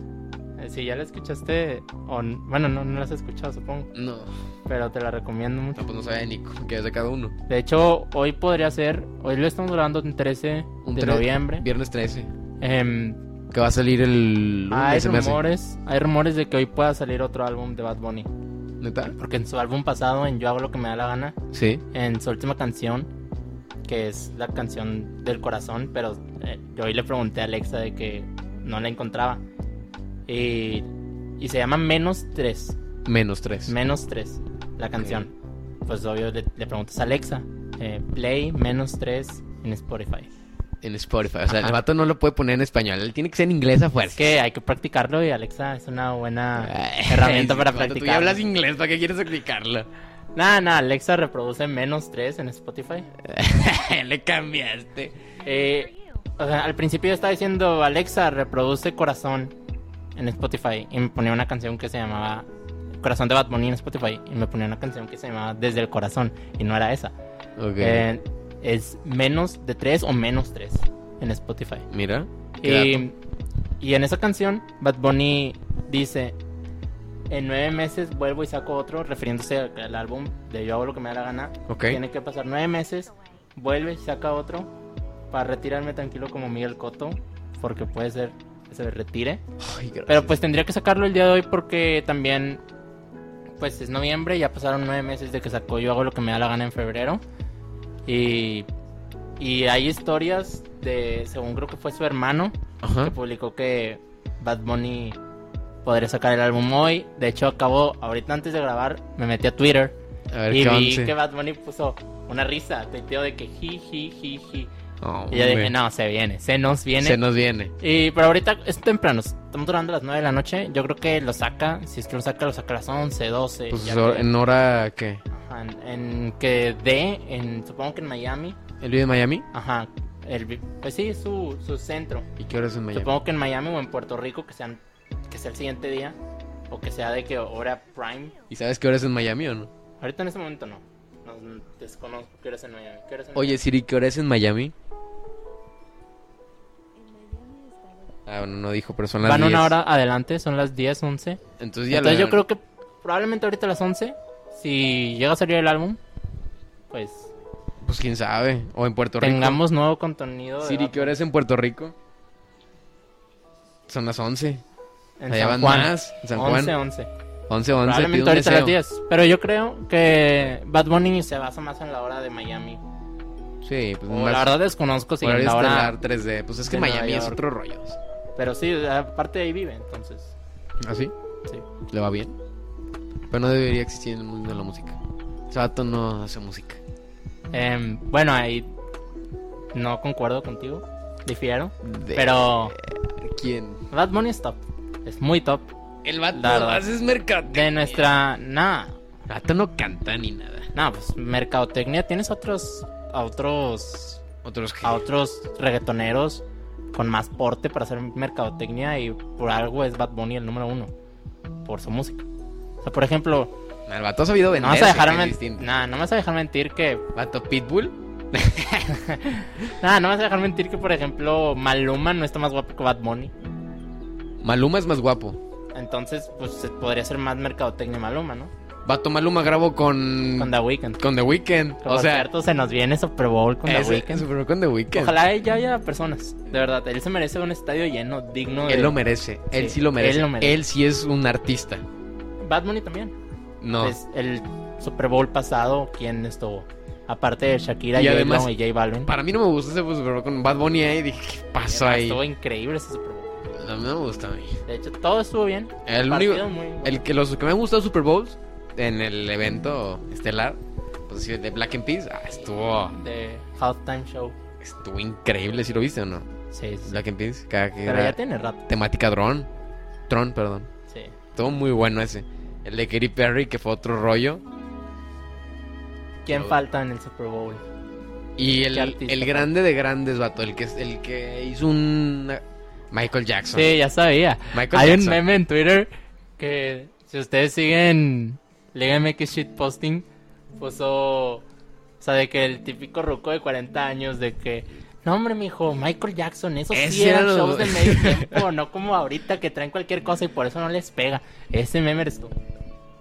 Eh, Si ya la escuchaste. o n- bueno, no, no la has escuchado, supongo.
No,
Pero te la recomiendo
no
mucho.
pues no sabía ni cu- que es de cada uno.
De hecho, hoy podría ser. Hoy lo estamos grabando en 13
Un
de
tre-
noviembre.
Viernes 13.
Em,
Que va a salir el
hay
lunes, se me hace.
rumores. Hay rumores de que hoy pueda salir otro álbum de Bad Bunny.
¿Neta?
Porque en su álbum pasado, en Yo hago lo que me da la gana,
Sí.
en su última canción, que es la canción del corazón, pero eh, yo hoy le pregunté a Alexa de que no la encontraba. Y, y se llama Menos 3,
Menos 3.
Menos 3, la canción. Pues obvio le, le preguntas a Alexa, eh, play Menos 3 en Spotify.
en Spotify. O sea,
Ajá.
el vato no lo puede poner en español. Él tiene que ser en inglés a
Es
fuerza.
que hay que practicarlo y Alexa es una buena
Pues, [laughs] Ay,
[laughs] herramienta
sí,
para
vato, Tú
practicar.
ya hablas inglés, ¿para qué quieres explicarlo? [laughs]
Nada, nada, Alexa reproduce menos 3 en Spotify.
Le cambiaste.
Eh, o sea, al principio yo estaba diciendo, Alexa, reproduce Corazón en Spotify. Y me ponía una canción que se llamaba Corazón de Bad Bunny en Spotify. Y me ponía una canción que se llamaba Desde el Corazón. Y no era esa.
Ok.
Eh, es menos de 3 o menos 3 en Spotify.
Mira. qué dato.
Y, y en esa canción, Bad Bunny dice: En nueve meses vuelvo y saco otro, refiriéndose al, al álbum de Yo hago lo que me da la gana.
Ok.
Tiene que pasar nueve meses, vuelve y saca otro para retirarme tranquilo como Miguel Coto, porque puede ser que se retire.
Ay, gracias.
Pero pues tendría que sacarlo el día de hoy porque también, pues es noviembre, ya pasaron nueve meses de que sacó Yo hago lo que me da la gana en febrero. Y, y hay historias de, según creo que fue su hermano, que
Ajá.
publicó que Bad Bunny podría sacar el álbum hoy. De hecho, acabo, ahorita antes de grabar, me metí a Twitter
A ver
y
qué
vi
once.
que Bad Bunny puso una risa, tío de que ji, ji, ji, ji.
Oh,
Y yo dije,
hombre.
no, se viene, se nos viene.
Se nos viene.
Y pero ahorita es temprano, estamos durando las 9 de la noche. Yo creo que lo saca, si es que lo saca, lo saca a las 11, 12.
Pues
ya
ahora-
que-
en hora qué?
ajá, en, en que dé, en, supongo que en Miami.
¿El video de Miami?
Ajá, el, vi- pues sí, su, su centro.
¿Y qué hora es en Miami?
Supongo que en Miami o en Puerto Rico, que sean que sea el siguiente día, o que sea de que hora prime.
¿Y sabes qué hora es en Miami o no?
Ahorita en este momento no. No, desconozco qué horas en Miami. ¿Qué horas en
Oye, Siri, ¿qué hora es en Miami? Ah, bueno, no dijo, pero son las
Miami? van
10.
una hora adelante, son las 10, 11.
Entonces ya
Entonces
lo
yo creo que probablemente ahorita a las 11, si llega a salir el álbum, pues
Pues quién sabe. O en Puerto Rico.
tengamos nuevo contenido. de
Siri,
Bad
¿qué hora es en Puerto Rico? Son las 11.
Bunny. En
Allá
San
van
Juan.
más. En San
11,
Juan.
11.
11, 11. pide un
Probablemente ahorita a las
deseo.
10. Pero yo creo que Bad Bunny se basa más en la hora de Miami.
Sí, pues
O
más-
la verdad desconozco si en
horario
la hora...
estelar 3D. Pues es que
de Nueva
Miami es
York.
otro rollo.
Pero sí, aparte de ahí vive, entonces.
¿Así?
Sí.
¿Ah, Le va bien. Pero no debería existir en el mundo de la música. Ese vato no hace música.
Em, bueno, ahí no concuerdo contigo, difiero.
De-
Pero
¿Quién?
Bad Bunny es top, es muy top.
El vato
La verdad.
haces mercadotecnia.
De nuestra... Nah,
El vato no canta ni nada.
nah, pues mercadotecnia, tienes otros, a otros,
Otros que...
a otros reggaetoneros con más porte para hacer mercadotecnia y por algo es Bad Bunny el número uno, por su música. O sea, por ejemplo,
El vato ha sabido
no
vender.
vas a dejar men-
distinto.
nah, no me vas a dejar mentir que
Vato Pitbull.
Nada, no me vas a dejar mentir que, por ejemplo, Maluma no está más guapo que Bad Bunny.
Maluma es más guapo.
Entonces, pues se- podría ser más mercadotecnia Maluma, ¿no?
Vato Maluma grabó con...
Con The Weeknd.
con The Weeknd.
Que,
Mm. O
por
sea...
cierto, se nos viene Super Bowl con
ese-
The Weeknd.
Super Bowl con The Weeknd.
Ojalá ya haya personas. De verdad, él se merece un estadio lleno, digno de.
Él lo merece. Él
Sí,
sí lo
él
merece.
lo merece.
Él sí es un artista.
Bad Bunny también.
No.
Pues, el Super Bowl pasado, ¿quién estuvo? Aparte de Shakira,
Y
y
además-
y J Balvin.
Para mí no me gustó ese Super Bowl con Bad Bunny ahí. Dije, ¿qué pasó ahí?
Estuvo increíble ese Super Bowl.
No me gusta a mí.
De hecho, todo estuvo bien.
El
Partido
único...
muy bueno.
El que los que me han gustado Super Bowls en el evento estelar, pues sí, de Black and Peace, ah, estuvo,
De Halftime Show.
estuvo increíble, si lo viste o no.
Sí, sí.
Black and Peace, cada que
Pero
era
ya tiene rato.
temática dron, Tron, perdón.
Sí.
Estuvo muy bueno ese. El de Katy Perry, que fue otro rollo.
¿Quién
Yo-
falta en el Super Bowl?
Y el,
Qué artista,
el
¿no?
grande de grandes, vato, el que, el que hizo un... Michael Jackson.
Sí, ya sabía.
Michael
Hay un
Jackson.
meme en Twitter que si ustedes siguen Liga MX Shitposting, puso... O sea, de que el típico ruco de 40 años de que... No, hombre, mijo, Michael Jackson, esos sí
Ese
eran
era lo-
shows
[laughs]
de medio tiempo, no como ahorita que traen cualquier cosa y por eso no les pega. Ese meme eres tú.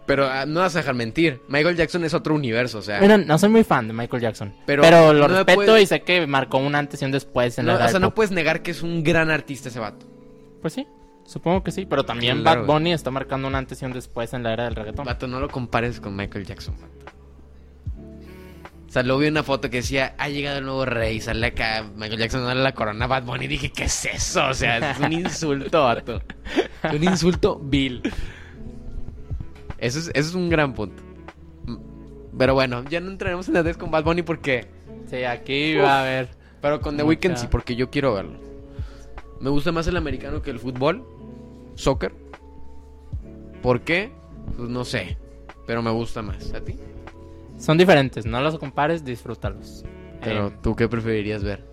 Pero ah, no vas a dejar mentir. Michael Jackson es otro universo, o sea...
Mira, no soy muy fan de Michael Jackson,
Ah. Pero
pero, lo
no me
respeto
puede-
y sé que marcó un antes y un después en
no,
la edad
o sea,
del
no
pop.
puedes negar que es un gran artista ese vato.
Pues sí, supongo que sí, pero también
Claro,
Bad
güey.
Bunny está marcando un antes y un después en la era del reggaetón.
Vato, no lo compares con Michael Jackson, vato. O sea, luego vi una foto que decía, ha llegado el nuevo rey, sale acá, Michael Jackson dale la corona a Bad Bunny. Y dije, ¿qué es eso? O sea, es un insulto, vato. Es [laughs] un insulto vil. Eso es, eso es un gran punto. Pero bueno, ya no entraremos en detalles con Bad Bunny porque...
Sí, aquí va a haber
Pero con The
Como
Weeknd
que-
sí, porque yo quiero verlo. Me gusta más el americano que el fútbol. Soccer. ¿Por qué? Pues no sé. Pero me gusta más. ¿A ti?
Son diferentes, no los compares, disfrútalos.
Pero
Eh,
tú qué preferirías ver.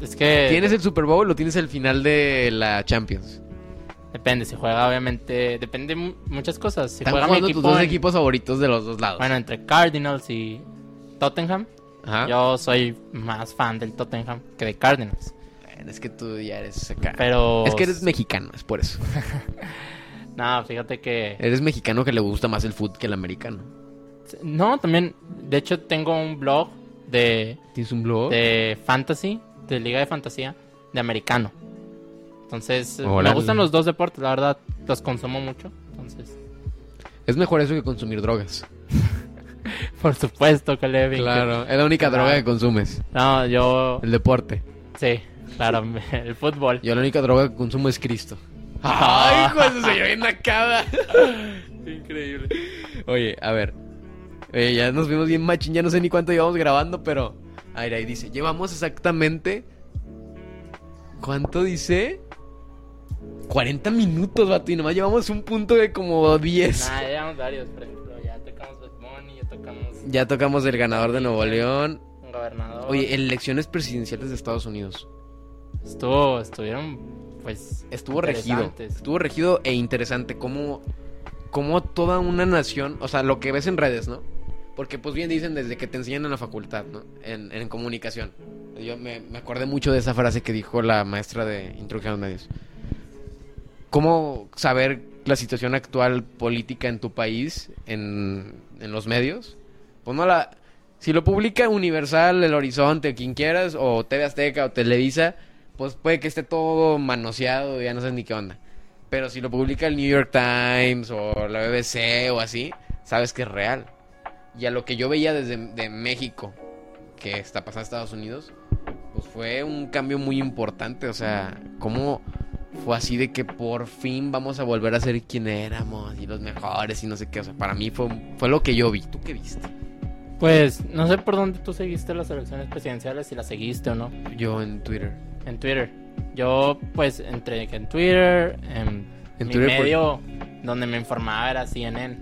es que
¿Tienes el Super Bowl o tienes el final de la Champions?
depende, si juega obviamente, depende mu- muchas cosas. Si
Están
juega mi
jugando
equipo
tus dos
en-
equipos favoritos de los dos lados.
bueno, entre Cardinals y Tottenham,
Ajá.
yo soy más fan del Tottenham que de Cardinals.
Bueno, Es que tú ya eres acá.
Pero
Ah. Es que eres mexicano, es por eso.
No, fíjate que
Eres mexicano que le gusta más el fútbol que el americano.
No, también. De hecho, tengo un blog de,
¿Tienes un blog?
de fantasy, de Liga de Fantasía, de americano. Entonces, eh,
Órale.
me gustan los dos deportes, la verdad, los consumo mucho. Entonces,
Es mejor eso que consumir drogas.
por supuesto que le
Claro, es la única
Claro.
droga que consumes,
No, yo.
el deporte.
Sí, claro, el fútbol.
Yo la única droga que consumo es Cristo. [laughs]
Ah.
¡Ay, cuando se en la cara! Increíble. Oye, a ver. Eh, ya nos vimos bien machín, ya no sé ni cuánto llevamos grabando, pero... A ver, ahí dice, llevamos exactamente... ¿Cuánto dice? 40 minutos, vato, y nomás llevamos un punto de como 10.
Nah, ya llevamos varios, por ejemplo. Ya tocamos Bad Bunny, ya tocamos
Ya tocamos el ganador de Nuevo León.
un gobernador.
Oye, eh, elecciones presidenciales de Estados Unidos.
Estuvo, estuvieron, pues.
Estuvo regido.
interesantes.
Estuvo regido e interesante como, como toda una nación, o sea, lo que ves en redes, ¿no? Porque pues bien dicen desde que te enseñan en la facultad, ¿no? En, en comunicación. Yo me, me acordé mucho de esa frase que dijo la maestra de Introducción a los Medios. ¿Cómo saber la situación actual política en tu país, en, en los medios? Pues no la... Si lo publica Universal, El Horizonte, quien quieras, o TV Azteca o Televisa, pues puede que esté todo manoseado, ya no sé ni qué onda. Pero si lo publica el New York Times o la BBC o así, sabes que es real. Y a lo que yo veía desde de México, que está pasando a Estados Unidos, pues fue un cambio muy importante. O sea, cómo fue así de que por fin vamos a volver a ser quien éramos y los mejores y no sé qué. O sea, para mí fue, fue lo que yo vi. ¿Tú qué viste?
Pues no sé por dónde tú seguiste las elecciones presidenciales, si las seguiste o no,
Yo en Twitter.
en Twitter. Yo, pues, entre que en Twitter, en,
En
mi
Twitter, ¿por-
medio donde me informaba era CNN,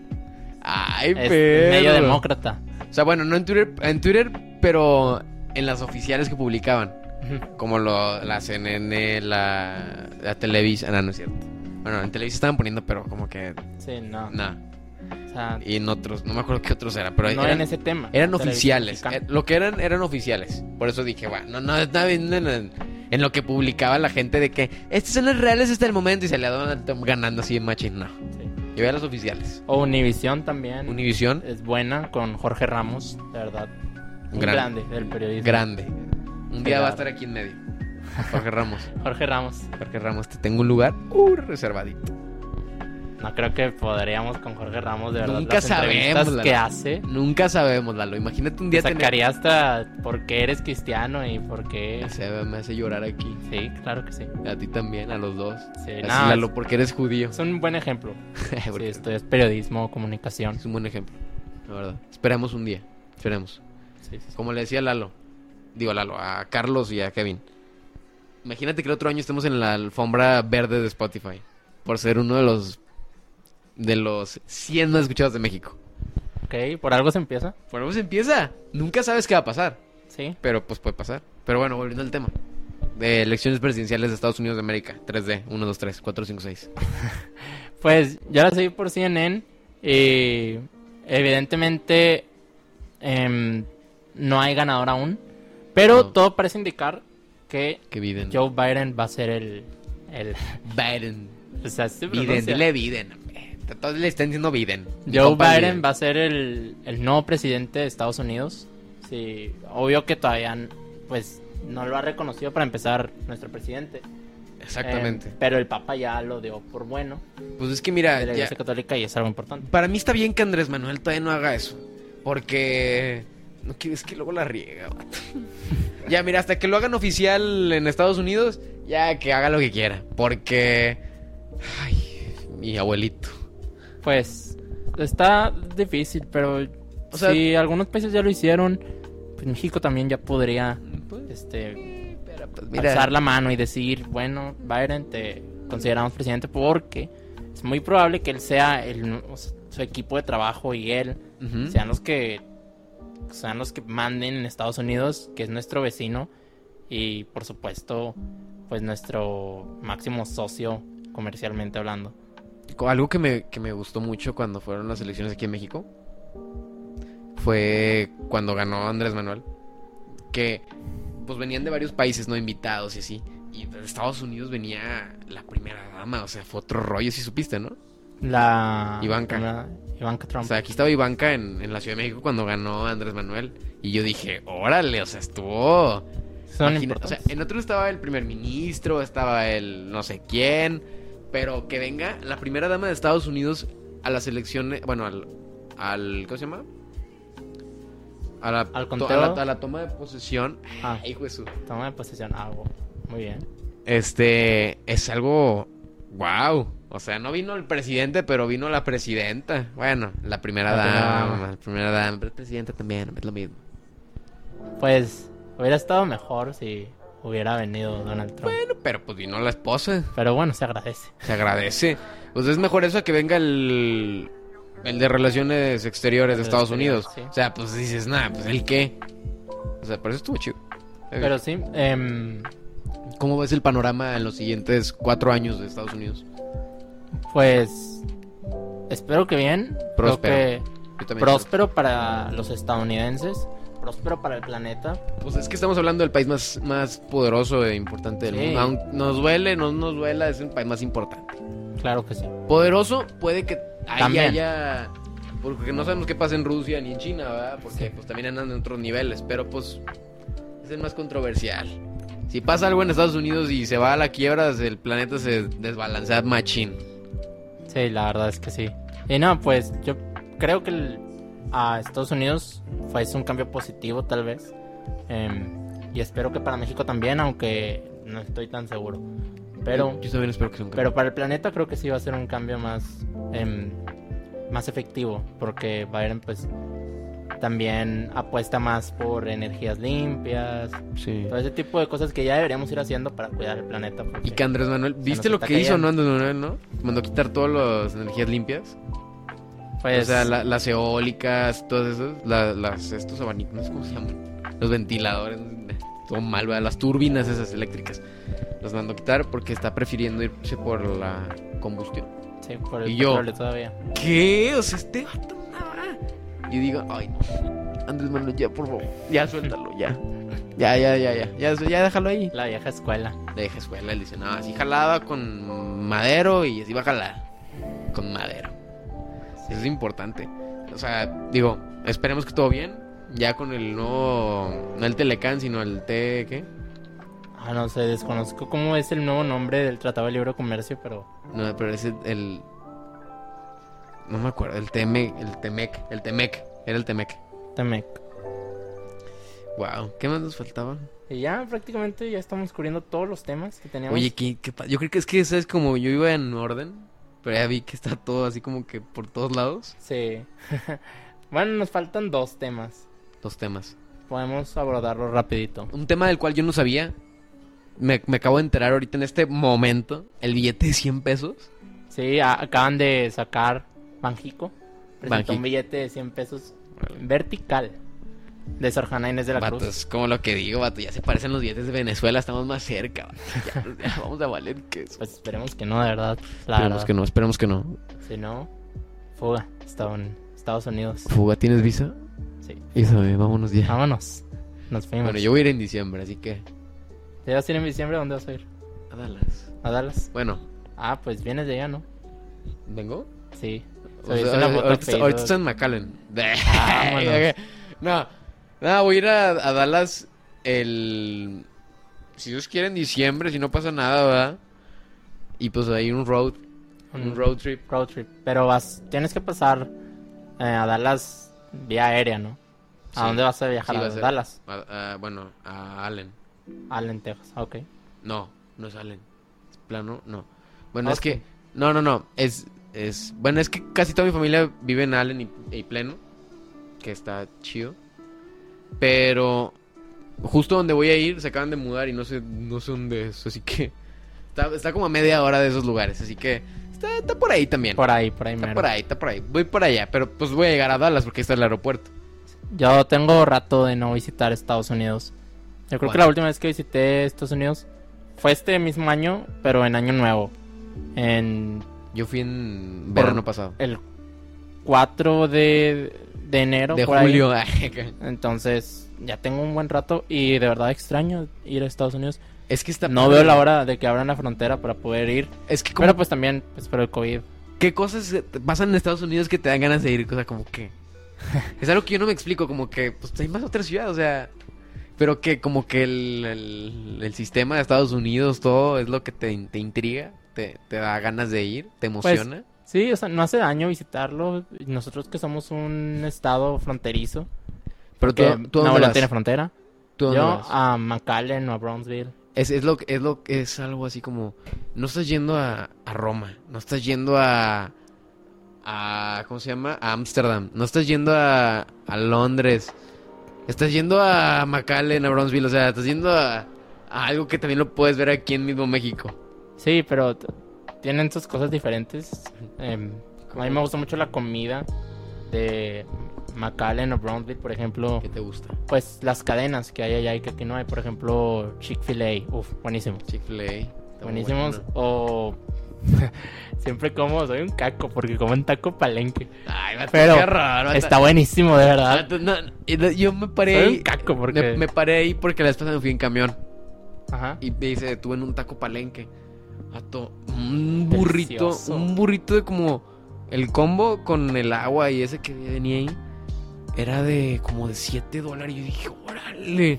Ay,
es un medio
perro.
demócrata. [laughs]
O sea, bueno, no en Twitter, en Twitter, pero en las oficiales que publicaban. Como lo, la CNN, la, la Televisa. No, no es cierto. Bueno, en Televisa estaban poniendo, pero como que.
Sí, no,
Nada.
o sea,
Y en otros. No me acuerdo qué otros eran, pero
no
eran,
en ese tema.
eran
Televisión
oficiales.
mexicana.
Eh, Lo que eran, eran oficiales. Por eso dije, bueno, no, no, está bien, no, no, no. En lo que publicaba la gente de que estos son los reales hasta el momento y se le daban ganando así en machín. No.
Sí.
Yo veía los oficiales.
O Univisión también,
Univisión,
es buena con Jorge Ramos, de verdad, un
Gran-
grande del periodismo.
grande. Un día
Claro.
va a estar aquí en medio. Jorge Ramos.
Jorge Ramos,
Porque Ramos, te tengo un lugar uh, reservadito.
no creo que podríamos con Jorge Ramos, de verdad,
Nunca
las entrevistas
sabemos, la
que
verdad.
hace...
Nunca sabemos, Lalo. Imagínate un día
Te
tener...
sacaría hasta por qué eres cristiano y por qué...
Se eh, me hace llorar aquí.
Sí, claro que sí.
A ti también, a los dos.
Sí,
Así,
nada,
Lalo, porque eres judío.
Es un buen ejemplo. Sí,
[laughs] Porque
esto es periodismo, comunicación.
Es un buen ejemplo, la verdad. Esperamos un día. Esperemos.
Sí, sí, sí.
Como le decía Lalo. Digo, Lalo, a Carlos y a Kevin. Imagínate que el otro año estemos en la alfombra verde de Spotify. Por ser uno de los... De los 100 más escuchados de México.
Ok, por algo se empieza.
Por algo se empieza. Nunca sabes qué va a pasar.
Sí.
Pero pues puede pasar. Pero bueno, volviendo al tema. De elecciones presidenciales de Estados Unidos de América. 3D, 1, 2, 3, 4, 5, 6.
Pues yo la seguí por CNN y eh, evidentemente em, no hay ganador aún. Pero
No.
todo parece indicar que
Que Biden.
Joe Biden va a ser el... el [laughs]
Biden.
o sea, se
Biden,
pronuncia.
dile Biden. hombre. Todos le están diciendo Biden. Mi
Joe
compa
Biden va a ser el, el nuevo presidente de Estados Unidos. Sí, obvio que todavía n- pues no lo ha reconocido para empezar nuestro presidente.
Exactamente.
Eh, pero el Papa ya lo dio por bueno
pues es que mira,
de la
ya-
Iglesia Católica y es algo importante.
para mí está bien que Andrés Manuel todavía no haga eso. Porque... No quieres que luego la riega, vato. ya, mira, hasta que lo hagan oficial en Estados Unidos, ya que haga lo que quiera. Porque... Ay, mi abuelito.
Pues está difícil, pero
O sea-
si algunos países ya lo hicieron, pues México también ya podría
Pues,
este,
Pero, pues,
alzar la mano y decir, bueno, Byron, te consideramos presidente porque es muy probable que él sea el, o sea, su equipo de trabajo y él
Ujú.
sean los que sean los que manden en Estados Unidos, que es nuestro vecino y por supuesto, pues nuestro máximo socio comercialmente hablando.
Co- Algo que me, que me gustó mucho cuando fueron las elecciones aquí en México fue cuando ganó Andrés Manuel. Que pues venían de varios países, ¿no? Invitados y así. Y de Estados Unidos venía la primera dama, o sea, fue otro rollo, si supiste, ¿no?
La
Ivanka.
la- Ivanka
O
Trump.
sea, aquí estaba Ivanka en, en la Ciudad de México cuando ganó Andrés Manuel. Y yo dije, órale, o sea, estuvo...
Son
Imagina- o sea,
importantes.
en otro estaba el primer ministro, estaba el no sé quién, pero que venga la primera dama de Estados Unidos a las elecciones, bueno, al, al ¿cómo se llama? A la,
Al
to-
conteo.
a la, a la toma de posesión.
Ah,
Ay, hijo de su-
toma de posesión. Ah, wow. Muy bien.
Este es algo wow. O sea, no vino el presidente, pero vino la presidenta. Bueno, la primera
La primera
dama,
dama.
la primera dama, pero el presidente también, es lo mismo.
Pues hubiera estado mejor si hubiera venido Donald Trump.
Pero, pero pues vino la esposa.
Pero bueno, se agradece.
Se agradece. Pues es mejor eso que venga el, el de Relaciones Exteriores de
El
Estados
exterior,
Unidos.
sí.
O sea, pues dices, nada, pues el qué. O sea, pero eso estuvo chido. Eh,
Pero sí, em,
¿Cómo ves el panorama en los siguientes cuatro años de Estados Unidos?
pues espero que bien. Creo
Próspero.
que
Yo también
próspero para los estadounidenses, próspero para el planeta.
creo. Pues es que estamos hablando del país más, más poderoso e importante del
Sí.
mundo. Aun- nos duele, no nos duela, es el país más importante.
Claro que sí.
Poderoso puede que ahí
También.
haya... Porque no sabemos qué pasa en Rusia ni en China, ¿verdad? Porque pues también andan en otros niveles, pero pues es el más controversial. Si pasa algo en Estados Unidos y se va a la quiebra, el planeta se desbalancea machín.
Sí, la verdad es que sí. Y no, pues yo creo que el- a Estados Unidos fue es un cambio positivo tal vez. Em, y espero que para México también, aunque no estoy tan seguro. Pero...
Yo también espero que sea un
Pero para el planeta creo que sí va a ser un cambio más, em, más efectivo, porque Biden pues también apuesta más por energías limpias,
Sí.
todo ese tipo de cosas que ya deberíamos ir haciendo para cuidar el planeta. porque-
Y que Andrés Manuel, ¿viste
nos
lo
está
que hizo,
cayendo.
no, Andrés Manuel, no? Mandó quitar todas las energías limpias.
pues,
O sea, la- las eólicas, todas esas, la- las, estos abanicos, no sé cómo se llaman, los ventiladores, todo mal, ¿verdad? las turbinas esas eléctricas, las mandó quitar porque está prefiriendo irse por la combustión.
sí, por el
y yo.
petróleo todavía.
¿Qué? O sea, este vato nada. Y digo, ay no, Andrés Manuel, ya por favor, ya suéltalo, ya. Ya, ya, ya, ya, ya, ya déjalo ahí.
La vieja escuela.
Le dije escuela, él dice, no, así jalaba con madero y así va a jalar con madero. Eso es importante. O sea, digo, esperemos que todo bien. Ya con el nuevo, no el Telecan, sino el T, ¿qué?
Ah, no sé, desconozco cómo es el nuevo nombre del Tratado de Libre Comercio, pero
No, pero ese, el, no me acuerdo, el Temec, el Temec, el Temec, era el E Temec.
Temec.
Wow, ¿qué más nos faltaba?
Y ya prácticamente ya estamos cubriendo todos los temas que teníamos.
Oye, ¿qué, qué pa- yo creo que es que, ¿sabes? Como yo iba en orden, pero ya vi que está todo así como que por todos lados
Sí. [laughs] bueno, nos faltan dos temas.
los temas.
Podemos abordarlo rapidito.
Un tema del cual yo no sabía. Me, me acabo de enterar ahorita en este momento. El billete de 100 pesos.
Sí, a- acaban de sacar Banjico. Presentó
Banjico.
un billete de 100 pesos vertical de Sarjana Inés de la
Vato,
Cruz.
es como lo que digo, vato. Ya se parecen los billetes de Venezuela. Estamos más cerca. vato,
[laughs]
ya, ya vamos a valer queso.
Pues esperemos que no, de verdad. La
Esperemos
verdad.
que no, esperemos que no.
Si no, fuga. Estados Estados Unidos.
Fuga, ¿tienes visa?
Sí.
Isabel, vámonos ya.
Vámonos. Nos fuimos.
Bueno, yo voy a ir en diciembre, así que.
¿Te vas a ir en diciembre? ¿A ¿Dónde vas a ir?
A Dallas.
¿A Dallas?
Bueno,
Ah, pues vienes de allá, ¿no?
¿vengo?
Sí.
O
Se hizo
sea, ahorita-
una foto en
ahorita, ahorita
Facebook.
está en McAllen. [laughs]
Vámonos.
no, no, voy a ir a, a Dallas el. Si Dios quiere, en diciembre, si no pasa nada, ¿verdad? Y pues ahí un road, un road trip.
road trip. Pero vas, tienes que pasar eh, a Dallas vía aérea, ¿no?
Sí.
¿A dónde vas a viajar?
Sí, va
a
a ser.
Dallas.
A- a- bueno, a Allen.
Allen, Texas. Ok.
No, no es Allen. Es plano, no. Bueno, es
Austin.
que. No, no, no. Es, es. Bueno, es que casi toda mi familia vive en Allen y, y pleno. Que está chido. Pero. justo donde voy a ir se acaban de mudar y no sé, no sé dónde es, así que está, está como a media hora de esos lugares, así que está, está por ahí también.
Por ahí, por ahí,
está
mero.
por ahí, está por ahí. Voy por allá, pero pues voy a llegar a Dallas porque ahí está el aeropuerto.
Yo tengo rato de no visitar Estados Unidos. Yo creo que
¿Cuándo?
la última vez que visité Estados Unidos fue este mismo año, pero en año nuevo. En
Yo fui en
Por-
verano pasado.
el 4 de, de enero.
De
por ahí.
julio. [laughs] acá.
Entonces, ya tengo un buen rato y de verdad extraño ir a Estados Unidos.
Es que está
No veo la hora de que abran la frontera para poder ir.
Es que como
Pero pues también, pues por el COVID.
¿Qué cosas te pasan en Estados Unidos que te dan ganas de ir? O sea, como
[laughs]
que. Es algo que yo no me explico, como que pues hay más otra ciudad, o sea. Pero que como que el, el- el sistema de Estados Unidos, todo es lo que te, te intriga, te, te da ganas de ir, te
Pues,
emociona.
Sí, o sea, no hace daño visitarlo. Nosotros que somos un estado fronterizo.
pero tú,
que
tú a
no
dónde
no
vas?
tiene frontera.
¿Tú a dónde
Yo
vas?
a McAllen o a Brownsville.
Es, es lo que es lo que es algo así como no estás yendo a, a Roma, no estás yendo a a ¿cómo se llama? a Ámsterdam, no estás yendo a, a Londres. Estás yendo a McAllen, a Bronzeville, o sea, estás yendo a, a algo que también lo puedes ver aquí en mismo México.
Sí, pero t- tienen sus cosas diferentes. Em, a mí me gusta mucho la comida de McAllen o Brownsville, por ejemplo.
¿Qué te gusta?
Pues las cadenas que hay allá y que aquí no hay. Por ejemplo, Chick-fil-A. Uf, buenísimos.
Chick-fil-A. está muy
Buenísimos.
bueno.
O. [laughs] Siempre como, soy un caco porque como un taco palenque.
Ay, vato,
Pero
qué raro. vato.
Está buenísimo, de verdad.
Vato, no, no, yo me paré
Soy
ahí.
un caco porque.
Me, me paré ahí porque la vez pasada me fui en camión.
Ajá.
y me dice, tuve en un taco palenque. Vato, un burrito,
Delicioso.
un burrito de como el combo con el agua y ese que venía ahí era de como de 7 dólares. Y yo dije, órale,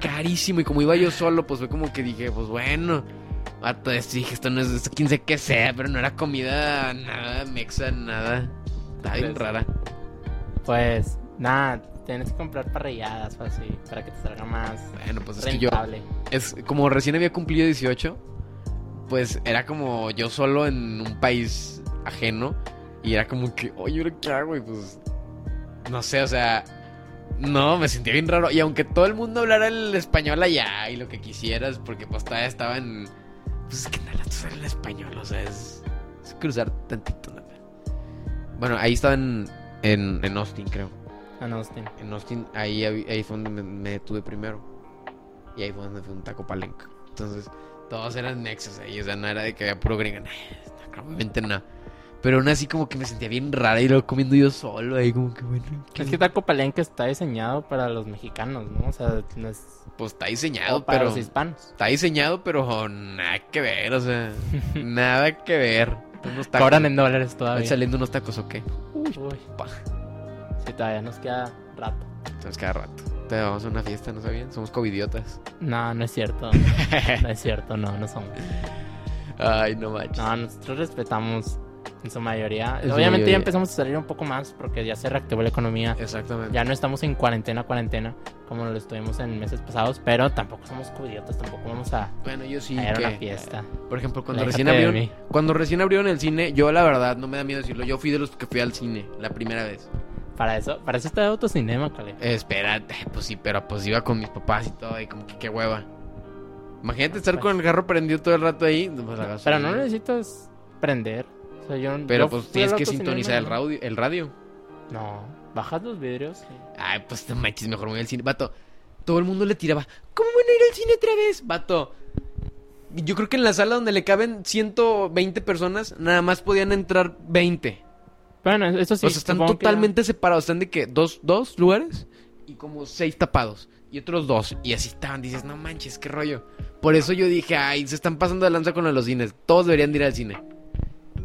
carísimo. Y como iba yo solo, pues fue como que dije, pues bueno. Vato, es- dije, esto no es, esto quién sé qué sea, pero no era comida, nada, mexa, nada. Está bien
Pues,
rara.
Pues, nada, tienes que comprar parrilladas o así para que te salga más
Bueno, pues es que yo,
rentable.
es como recién había cumplido 18, pues era como yo solo en un país ajeno y era como que, oye, ¿ahora qué hago? Y pues, no sé, o sea, no, me sentía bien raro. Y aunque todo el mundo hablara el español allá y lo que quisieras, porque pues todavía estaba en... Pues es que nada, tú sabes el español, o sea, es, es cruzar tantito. nada. Bueno, ahí estaba en, en, en Austin, creo.
Ah, no, Austin.
En Austin, ahí, hab- ahí fue donde me, me detuve primero. Y ahí fue donde fue un taco palenca. Entonces, todos eran nexos ahí. O sea, no era de que había puro gringo. Nah, no, obviamente no. Pero aún así, como que me sentía bien rara y luego comiendo yo solo. Ahí, como que bueno. ¿qué
Es
es?
que Taco Palenque está diseñado para los mexicanos, ¿no? O sea, no es
Pues está diseñado,
o para
pero.
los hispanos.
Está diseñado, pero nada que ver. O [laughs] sea, nada que ver. Unos tacos.
Cobran en dólares todavía.
Ahí saliendo unos tacos o qué.
Uy,
Pa.
sí, todavía nos queda rato.
Entonces, cada rato. Te vamos a una fiesta, ¿no sabían? Somos
[laughs]
covidiotas.
No, no es cierto. No es cierto, no, no somos.
Ay, no manches.
No, nosotros respetamos en su mayoría.
En su
Obviamente
mayoría.
ya empezamos a salir un poco más porque ya se reactivó la economía.
Exactamente.
Ya no estamos en cuarentena, cuarentena, como lo estuvimos en meses pasados, pero tampoco somos cubiertos, tampoco vamos a
Bueno, yo sí.
a ir a una
que-
fiesta.
Por ejemplo, cuando
Aléjate
recién
de
abrieron,
mí.
cuando recién abrieron el cine, yo la verdad no me da miedo decirlo, yo fui de los que fui al cine la primera vez.
Para eso, para eso está el autocinema, Cale.
Eh, espérate, pues sí, pero pues iba con mis papás y todo y como que qué hueva. pues. Imagínate estar con el carro prendido todo el rato ahí, pues, la
Pero
gasolina.
no necesitas prender. O sea, yo,
Pero
yo
pues
fui
tienes
al
que
autocinema y
sintonizar el
no-
radio, el radio.
No, bajas los vidrios.
Ay, pues no manches, mejor me voy al cine. Vato, todo el mundo le tiraba, ¿cómo van a ir al cine otra vez? Vato, yo creo que en la sala donde le caben 120 personas, nada más podían entrar 20.
Bueno, eso sí.
o sea, están
supongo que ya-
totalmente separados. Están de que dos, dos lugares y como seis tapados. Y otros dos. Y así estaban. Dices, no manches, qué rollo. Por eso yo dije, ay, se están pasando de lanza con lo de los cines. Todos deberían de ir al cine.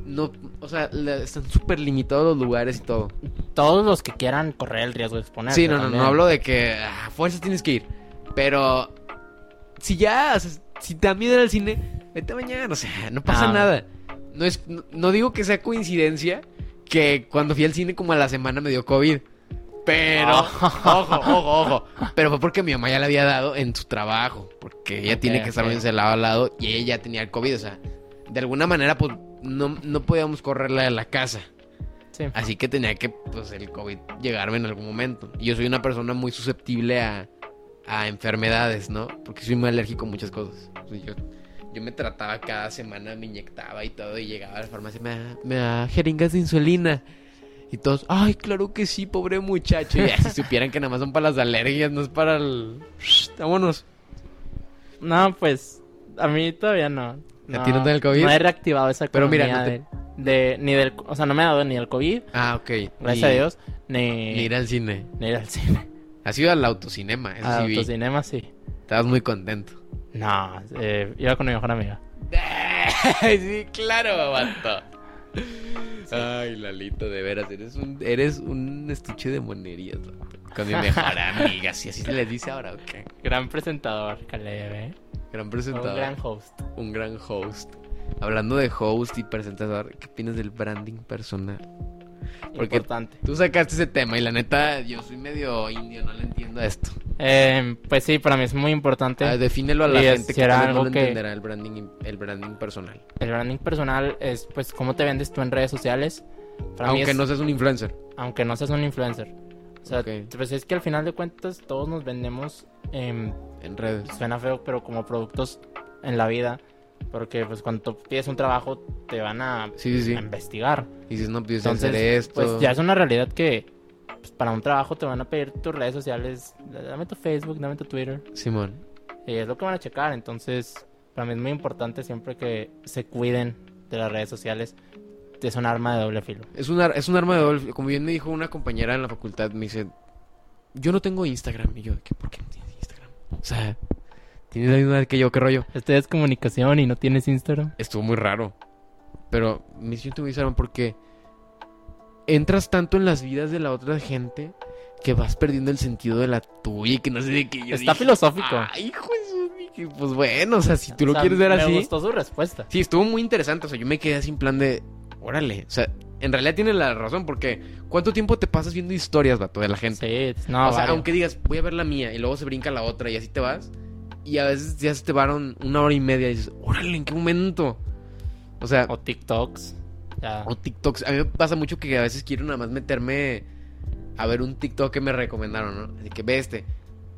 No, o sea, la- están súper limitados los lugares y todo.
Todos los que quieran correr el riesgo de exponerse.
Sí, no, no,
también.
no hablo de que ah, a fuerza tienes que ir. Pero si ya, o sea, si también era el cine, vete mañana, o sea, no pasa
Ah.
nada. No, es, no, no digo que sea coincidencia que cuando fui al cine como a la semana me dio COVID. Pero,
Ah.
ojo, ojo, ojo. Pero fue porque mi mamá ya la había dado en su trabajo. Porque ella
Ok,
tiene que estar
ok.
bien de lado a lado y ella ya tenía el COVID. O sea, de alguna manera, pues no, no podíamos correrla de la casa.
Sí.
Así que tenía que, pues, el COVID llegarme en algún momento. Y yo soy una persona muy susceptible a, a enfermedades, ¿no? Porque soy muy alérgico a muchas cosas. O sea, yo, yo me trataba cada semana, me inyectaba y todo, y llegaba a la farmacia, me da, me da jeringas de insulina. Y todos, ay, claro que sí, pobre muchacho. Y ya, si [laughs] supieran que nada más son para las alergias, no es para el... Vámonos.
No, pues a mí todavía no.
¿A ti no te da el COVID?
No he reactivado esa
Pero
Pero
mira,
mira, de, de- ni del, o sea, no me ha dado ni el COVID,
Ah, ok.
gracias
Ni-
a Dios, ni,
Ni ir al cine.
ni ir al cine.
Has ido al autocinema, eso
Al
sí vi.
autocinema sí.
Estabas muy contento.
No, eh, iba con mi mejor amiga.
[laughs] sí, claro, vato. Ay, Lalito, de veras, eres un, eres un estuche de monerías, vato. Con mi
[laughs]
mejor amiga, si así se les dice ahora, ok.
Gran presentador, Caleb, ¿eh?
Gran
Fue
presentador,
Un gran host.
host. Hablando de host y presentador, ¿qué opinas del branding personal? Porque-
Importante.
Tú sacaste ese tema y la neta, yo soy medio indio, no le entiendo a esto.
Eh, pues sí, para mí es muy importante.
Ah, defínelo a la
Y es-
gente que
será
tal vez no
algo
lo
que-
entenderá el branding, el branding personal.
El branding personal es, pues, cómo te vendes tú en redes sociales. Para mí
Aunque
es-
no seas un influencer.
aunque no seas un influencer. O sea,
Ok.
pues es que al final de cuentas todos nos vendemos, em,
En redes.
suena feo, pero como productos en la vida. Porque pues cuando tú pides un trabajo te van a,
Sí, sí, sí.
a investigar.
Y dices, no, pues yo sé
Entonces,
hacer esto.
Pues ya es una realidad que pues, para un trabajo te van a pedir tus redes sociales. Dame tu Facebook, dame tu Twitter.
Simón.
Y es lo que van a checar. Entonces, para mí es muy importante siempre que se cuiden de las redes sociales. Es un arma de doble filo.
Es un, ar- es un arma de doble filo. Como bien me dijo una compañera en la facultad, me dice, yo no tengo Instagram. Y yo, ¿qué, ¿por qué no tienes Instagram? O sea, tienes la misma edad que yo, ¿qué rollo?
Estudias comunicación y no tienes Instagram.
Estuvo muy raro. Pero me dice, yo no tengo Instagram porque entras tanto en las vidas de la otra gente que vas perdiendo el sentido de la tuya y que no sé de qué yo
Está
dije,
filosófico.
Ay, hijo de su- dije, Pues bueno, o sea, si tú lo
O sea,
quieres ver así.
Me gustó su respuesta.
Sí, estuvo muy interesante. O sea, yo me quedé sin plan de. Órale. O sea, en realidad tiene la razón, porque ¿cuánto tiempo te pasas viendo historias, vato, de la gente?
Sí, Ah, no,
o sea,
varios.
aunque digas, voy a ver la mía, y luego se brinca la otra, y así te vas. Y a veces ya se te varon una hora y media, y dices, órale, ¿en qué momento? O sea,
O TikToks. ya.
o TikToks. A mí me pasa mucho que a veces quiero nada más meterme a ver un TikTok que me recomendaron, ¿no? Así que ve este.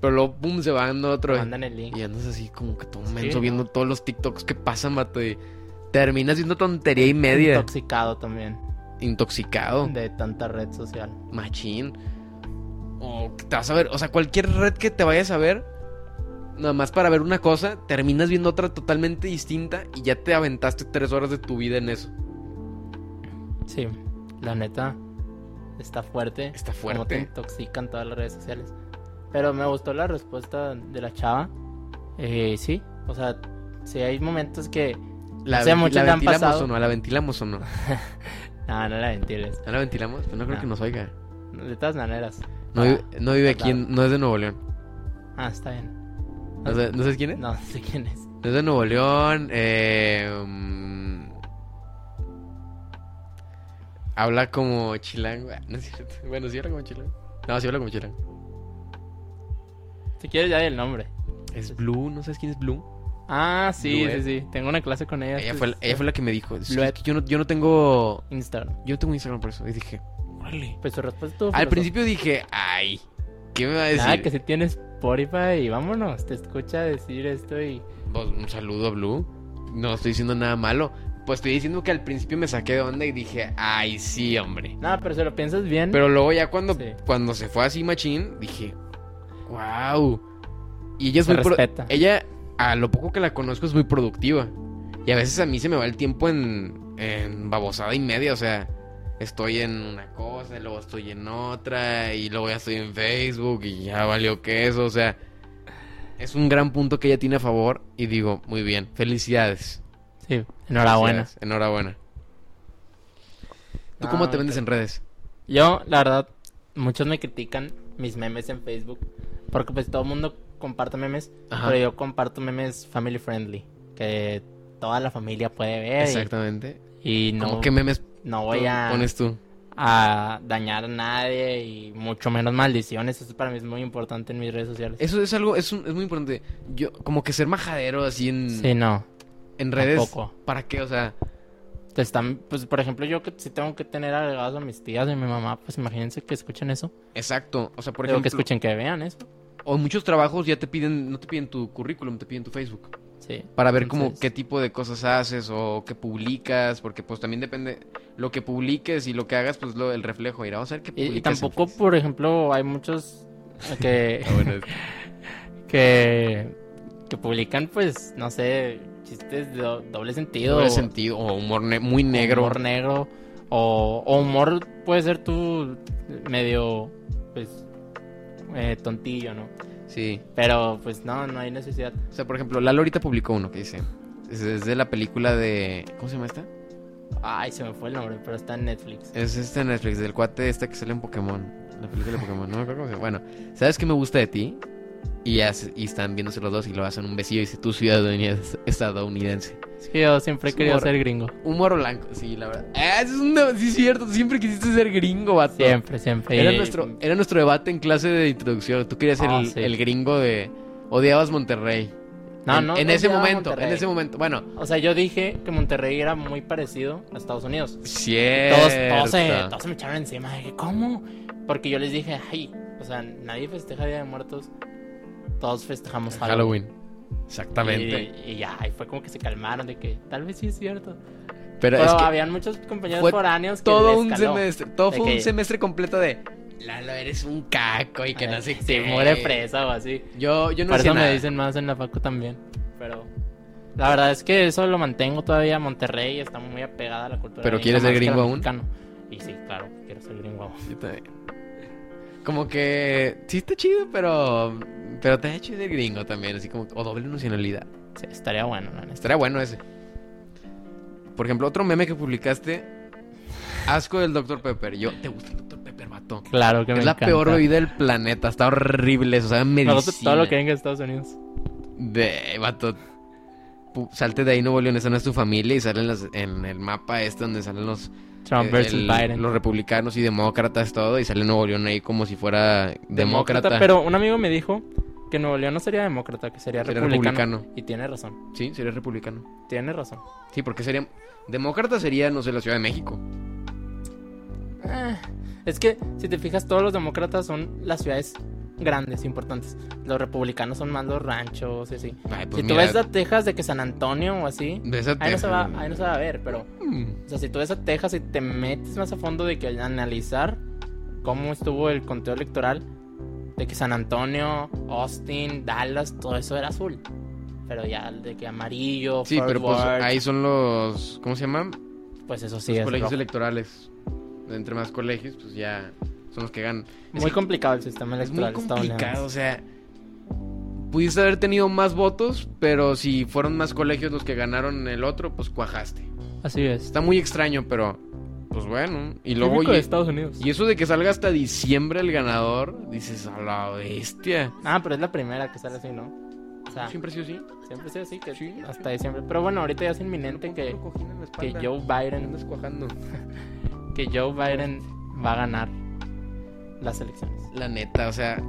Pero luego, pum, se va dando otro. y-
Mandan el link.
y andas así como que todo
Sí,
menso
¿no?
viendo todos los TikToks que pasan, vato. Y terminas viendo tontería y media.
Intoxicado también.
Intoxicado.
De tanta red social.
Machín. O que te vas a ver. O sea, cualquier red que te vayas a ver. Nada más para ver una cosa, terminas viendo otra totalmente distinta y ya te aventaste tres horas de tu vida en eso.
Sí, la neta. Está fuerte.
Está
Como te
fuerte.
intoxican todas las redes sociales. Pero me gustó la respuesta de la chava. Eh, sí. O sea, sí hay momentos que.
La,
O sea,
venti-
muchos
la
le han
ventilamos
pasado.
o no, la ventilamos o no.
No, no la ventiles.
¿Ya la ventilamos? Pero no creo
No.
que nos oiga.
De todas maneras.
No,
Ah,
vive- no vive
está
aquí, en- no es de Nuevo León.
Ah, está bien. Ah.
¿No, sé- no sabes quién es?
No [laughs] sé quién es.
No es de Nuevo León. eh, mm, habla como chilango. Ah, No es cierto. [laughs] Bueno, sí habla como chilango. No, sí habla como chilango.
Si quieres, ya di el nombre.
Es Blue, ¿no sabes quién es Blue?
Ah, sí,
Duet.
sí, sí. Tengo una clase con ella.
Ella fue, la- ella fue la que me dijo. "Sí,
Blue.
es que yo, no, yo no tengo.
Instagram.
Yo no tengo Instagram por eso. Y dije, órale.
Pues su respuesta estuvo
Al
filosófica.
principio dije, ay, ¿qué me va a decir?
Nada, que si tienes Spotify y vámonos, te escucha decir esto y...
Pues, un saludo a Blue. No estoy diciendo nada malo. Pues estoy diciendo que al principio me saqué de onda y dije, ay, sí, hombre.
Nada, pero si lo piensas bien...
Pero luego ya cuando,
Sí.
cuando se fue así machín, dije, wow. Y ella es
Se
muy pro-
respeta.
Ella, a lo poco que la conozco, es muy productiva. Y a veces a mí se me va el tiempo en, en babosada y media. O sea, estoy en una cosa, y luego estoy en otra, y luego ya estoy en Facebook, y ya valió que eso. O sea, es un gran punto que ella tiene a favor. Y digo, muy bien, felicidades.
Sí, enhorabuena.
Felicidades, Enhorabuena. ¿Tú cómo
No,
te
ahorita-
vendes en redes?
Yo, la verdad, muchos me critican mis memes en Facebook, porque pues todo el mundo comparte memes,
Ajá.
pero yo comparto memes family friendly, que toda la familia puede ver y-
Exactamente.
y,
¿Cómo
no,
qué memes
no voy a,
pones tú?
a dañar a nadie y mucho menos maldiciones. Eso para mí es muy importante en mis redes sociales.
Eso es algo, es, un- es muy importante. Yo, como que ser majadero así en,
Sí, no.
en redes.
tampoco.
¿Para qué? O sea,
Te están, pues por ejemplo, yo que sí tengo que tener agregados a mis tías y mi mamá, pues imagínense que escuchen eso.
exacto. O sea, por
Digo,
ejemplo,
que escuchen, que vean eso.
o muchos trabajos ya te piden, no te piden tu currículum, te piden tu Facebook.
Sí.
Para ver como
Entonces-
qué tipo de cosas haces o qué publicas, porque pues también depende lo que publiques y lo que hagas, pues lo, el reflejo. Mira, vamos a ver qué
Y-
publicas.
Y,
en
tampoco,
Facebook.
por ejemplo,
[laughs]
hay muchos que,
Ah, bueno, es-
que, que publican, pues, no sé, chistes de do- doble sentido.
doble
o-
sentido o humor ne- muy
o
negro.
Humor negro. O, o humor puede ser tú medio, pues, eh, tontillo, ¿no?
Sí.
Pero, pues, no, no hay necesidad.
O sea, por ejemplo, Lalo ahorita publicó uno que dice, es, es de la película de ¿cómo se llama esta?
Ay, se me fue el nombre, pero está en Netflix.
Es este en Netflix del cuate esta que sale en Pokémon, la película de Pokémon, no me acuerdo cómo se llama. Bueno, ¿sabes qué me gusta de ti? Y, hace- y están viéndose los dos y lo hacen un besillo y dice tu ciudadanía es estadounidense.
Es que yo siempre he
Es
querido
humor.
ser gringo.
Humor blanco, sí, la verdad. Ah, eso es una- sí es cierto, tú siempre quisiste ser gringo, vato.
Siempre, siempre.
Era
Y-
nuestro, era nuestro debate en clase de introducción. Tú querías ser
Ah,
el,
sí.
el gringo de. Odiabas Monterrey.
No,
en,
no,
en
no
ese
odiaba
momento, en
Monterrey.
ese momento. Bueno,
O sea, yo dije que Monterrey era muy parecido a Estados Unidos.
cierto.
Todos, todos, se, todos se me echaron encima. Dije, ¿cómo? Porque yo les dije, ay, o sea, nadie festeja Día de Muertos. Todos festejamos Halloween.
Halloween. Exactamente.
Y, y ya, y fue como que se calmaron de que tal vez sí es cierto.
Pero,
Pero,
es que
habían muchos compañeros
fue
foráneos que
todo
les
un
caló.
semestre, todo
De
fue un
que-
semestre completo de. Lalo, eres un caco y que no sé
Ay,
qué".
Se muere presa o así.
Yo, yo no
Por
hacía
eso me
nada.
dicen más en la facu también. Pero la verdad es que eso lo mantengo todavía. Monterrey está muy apegada a la cultura.
¿Pero
gringa
quieres ser
más que a lo
gringo aún?
mexicano. Y sí, claro, quiero ser gringo aún.
Yo también. Como que. Sí, está chido, pero. Pero te ha hecho de gringo también, así como. O doble nacionalidad.
Sí, estaría bueno, la neta.
Estaría bueno ese. Por ejemplo, otro meme que publicaste. Asco del Dr. Pepper. Yo, ¿te gusta el Dr. Pepper, vato?
Claro que me
Es la
encanta.
peor bebida del planeta. Está horrible eso. O sea,
Me
medicina.
gusta todo lo que venga de Estados Unidos.
De, vato. Pu- Salte de ahí, Nuevo León. Esa no es tu familia. Y salen las, en el mapa este donde salen los,
Trump
eh,
versus
el-
Biden.
los republicanos y demócratas, todo. Y sale Nuevo León ahí como si fuera demócrata.
Pero un amigo me dijo que Nuevo León no sería demócrata, que sería
Sería
republicano.
republicano.
Y tiene razón.
Sí, sería republicano.
Tiene razón.
Sí, porque sería. Demócrata sería, no sé, la Ciudad de México.
Ah, Es que si te fijas, todos los demócratas son las ciudades grandes, importantes. Los republicanos son más los ranchos y así.
Ay, pues
si tú
mira,
ves a Texas de que San Antonio o así,
de esa
ahí no, se
te-
va, ahí no se va a ver, pero...
Mm.
O sea, si tú ves a Texas y te metes más a fondo de que al analizar cómo estuvo el conteo electoral, de que San Antonio, Austin, Dallas, todo eso era azul. Pero ya de que amarillo,
Sí,
Fort
pero pues
Worth,
ahí son los. ¿Cómo se llaman?
pues eso sí
Los
es
colegios
rojo.
electorales. Entre más colegios, pues ya son los que ganan. Es que
Muy complicado el sistema
es muy
electoral
complicado, o
estadounidense.
sea. Pudiste haber tenido más votos, pero si fueron más colegios los que ganaron el otro, pues cuajaste.
Así es.
Está muy extraño, pero. Pues bueno. Y luego.
Típico de
oye,
Estados Unidos.
y eso de que salga hasta diciembre el ganador, dices a la bestia.
Ah, pero es la primera que sale así, ¿no? O sea,
Siempre ha sido así.
siempre ha sido así, que
Sí,
hasta diciembre. Pero bueno, ahorita ya es inminente que, que Joe Biden
Andas cuajando.
que Joe Biden va a ganar las elecciones.
La neta, o sea.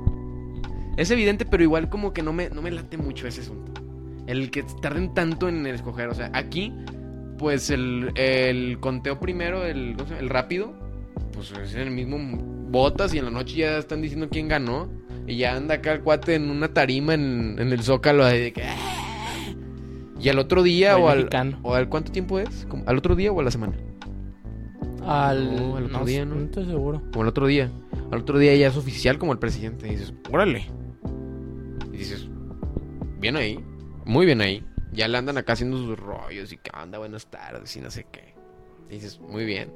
Es evidente, pero igual como que no me, no me late mucho ese asunto. El que tarden tanto en escoger. O sea, aquí, pues el, el conteo primero, el, ¿cómo se llama? el rápido, pues es el mismo botas y en la noche ya están diciendo quién ganó. Y ya anda acá el cuate en una tarima en, en el zócalo. ahí de que, "Ah". Y al otro día,
Muy
o al,
mexicano.
o al. ¿Cuánto tiempo es? ¿Como ¿Al otro día o a la semana?
Al,
No, al otro
no,
día, ¿no?
¿no? estoy seguro.
Como el otro día. Al otro día ya es oficial como el presidente. Y dices, órale. Y dices, bien ahí. Muy bien ahí. Ya le andan acá haciendo sus rollos y que anda, buenas tardes y no sé qué. Y dices, muy bien.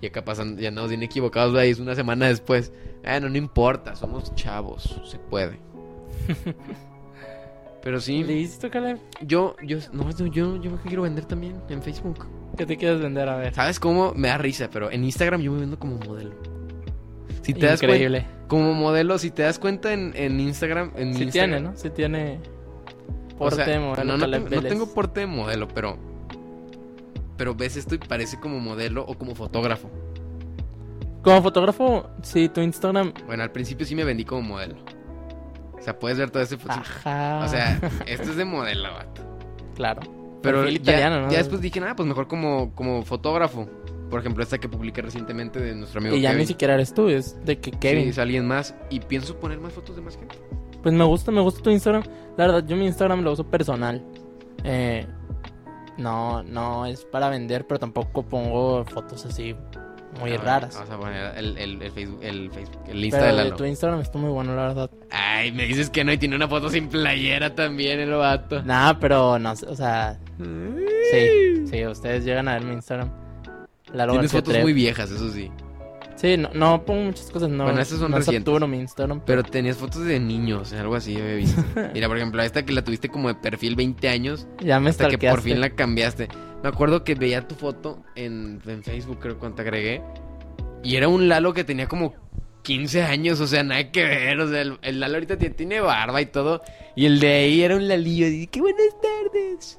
Y acá pasan, ya andamos bien equivocados, ahí es una semana después. Bueno, no importa, somos chavos, se puede. Pero sí,
¿Listo, Caleb?
yo, yo, no, yo, yo, yo me quiero vender también en Facebook.
¿Qué te quieres vender? A ver.
¿Sabes cómo? Me da risa, pero en Instagram yo me vendo como modelo. Si te das cuenta,
Increíble.
como modelo, si te das cuenta en, en Instagram, en mi
Sí tiene,
Instagram,
¿no? Sí tiene
o
porte
sea,
de modelo
no, no
Caleb
tengo, no
Vélez.
tengo porte de modelo, pero pero ves esto y parece como modelo o como fotógrafo.
Como fotógrafo, sí, tu Instagram...
Bueno, al principio sí me vendí como modelo. O sea, puedes ver todo ese foto.
Ajá.
O
[laughs]
sea, esto es de modelo, vato.
Claro.
Pero
Ah. Perfil
ya,
italiano, ¿no?
ya después dije, nada, pues mejor como, como fotógrafo. Por ejemplo, esta que publiqué recientemente de nuestro amigo
Y ya
Kevin.
ni siquiera eres tú, es de que
Sí,
Kevin...
es alguien más. Y pienso poner más fotos de más gente.
Pues me gusta, me gusta tu Instagram. La verdad, yo mi Instagram lo uso personal. Eh, no, no es para vender, pero tampoco pongo fotos así muy
Ah,
raras.
Vamos a poner el, el, el Facebook, el, Facebook, el Insta
pero
de
de
Lalo.
tu Instagram está muy bueno, la verdad.
Ay, me dices que no y tiene una foto sin playera también el vato.
Nada, pero no, sé, o sea, sí, sí, ustedes llegan a ver mi Instagram. Lalo
Tienes
García
fotos
Trejo.
muy viejas, eso sí.
Sí, no, no pongo muchas cosas, no.
Bueno, esas son
no
recientes.
saturo mi Instagram.
Pero tenías fotos de niños, algo así, yo había
[laughs]
visto. Mira, por ejemplo, esta que la tuviste como de perfil 20 años,
Ya me
hasta que
stalkeaste.
por fin la cambiaste. Me acuerdo que veía tu foto en, en Facebook, creo, cuando te agregué. Y era un Lalo que tenía como 15 años, o sea, nada que ver. O sea, el, el Lalo ahorita tie- tiene barba y todo. Y el de ahí era un Lalillo. Y dije, qué buenas tardes.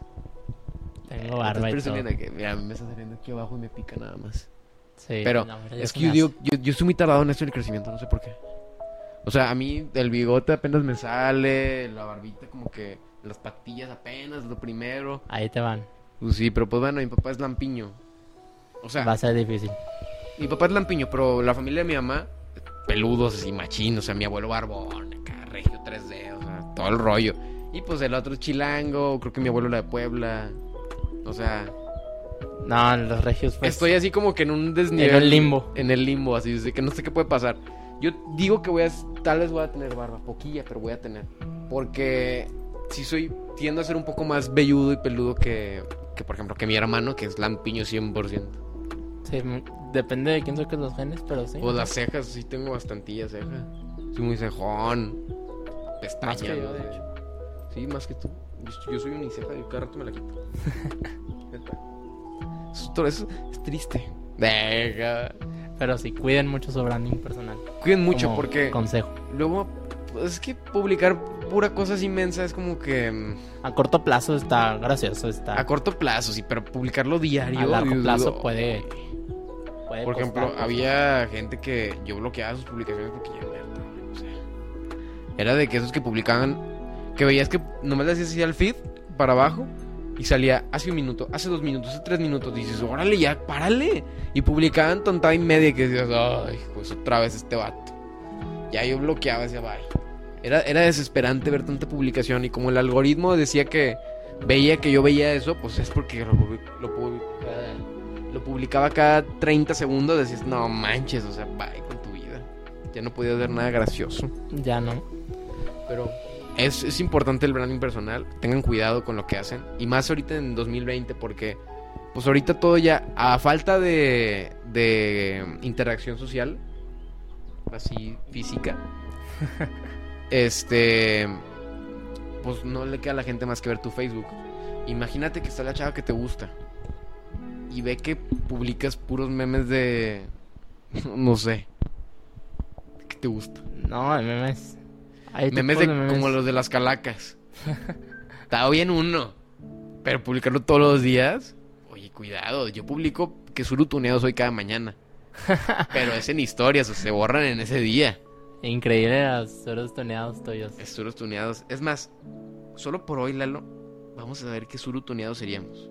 Tengo
Me
barba
estás
y todo.
presumiendo que- mira, me está saliendo aquí abajo y me pica nada más.
Sí,
Pero
no, hombre, ya
es
se
que yo
me hace.
digo, yo, yo soy muy tardado en esto del crecimiento, no sé por qué. O sea, a mí el bigote apenas me sale, la barbita como que las patillas apenas, lo primero.
Ahí te van.
Pues sí, pero pues bueno, mi papá es lampiño. O sea,
Va a ser difícil.
mi papá es lampiño, pero la familia de mi mamá, peludos así, machín, o sea, mi abuelo barbón, acá, regio 3D, o sea, todo el rollo. Y pues el otro es chilango, creo que mi abuelo era de Puebla. O sea,
No, los regios pues.
Estoy así como que en un desnivel.
En el limbo.
En el limbo, así, de que no sé qué puede pasar. Yo digo que voy a. Tal vez voy a tener barba, poquilla, pero voy a tener. Porque si soy. Tiendo a ser un poco más velludo y peludo que, que por ejemplo, que mi hermano, que es lampiño 100%.
Sí, m- depende de quién saques los genes, pero sí.
O las cejas, sí tengo bastantillas cejas. Soy muy cejón. Pestañas.
Más que yo,
no sé.
de hecho.
Sí, más que tú. Yo, estoy- yo soy uniceja y cada rato me la quito.
[laughs]
Neta. Eso, es todo- eso es triste. Deja.
Pero sí, cuiden mucho su branding personal.
Cuiden mucho
como
porque
Consejo.
luego pues, es que publicar pura cosas inmensas es como que mm,
A corto plazo está gracioso, está.
a corto plazo, sí, pero publicarlo diario.
A largo
yo
plazo
dudo.
puede- puede
Por ejemplo,
costar, pues,
había gente que yo bloqueaba sus publicaciones porque ya me hartaba, o sea, Era de que esos que publicaban, que veías que nomás le hacías así al feed para abajo y salía hace un minuto, hace dos minutos, hace tres minutos. Dices, órale, ya, párale. Y publicaban tontada y media que decías, ay, pues otra vez este vato. Ya yo bloqueaba ese bye. Era, era desesperante ver tanta publicación y como el algoritmo decía que veía que yo veía eso, pues es porque lo, publi- lo publi- lo publicaba cada 30 segundos, decías, no manches, o sea, bye con tu vida. Ya no podías ver nada gracioso.
Ya no.
Pero es, es importante el branding personal, tengan cuidado con lo que hacen. Y más ahorita en 2020, porque pues ahorita todo ya, a falta de, de interacción social, así física, este, pues no le queda a la gente más que ver tu Facebook. Imagínate que está la chava que te gusta y ve que publicas puros memes de, [laughs] no sé, que te gusta.
No, hay memes. Hay
Memes, de,
tipos de
como los de las calacas. [laughs] Está bien uno. Pero publicarlo todos los días. Oye, cuidado. Yo publico que surutuneado soy cada [laughs] mañana. Pero es en historias, o se borran en ese día.
Increíble los sueros toneados tuyos.
Es surutuneados. Es más, solo por hoy, Lalo, vamos a ver qué surutuneados seríamos.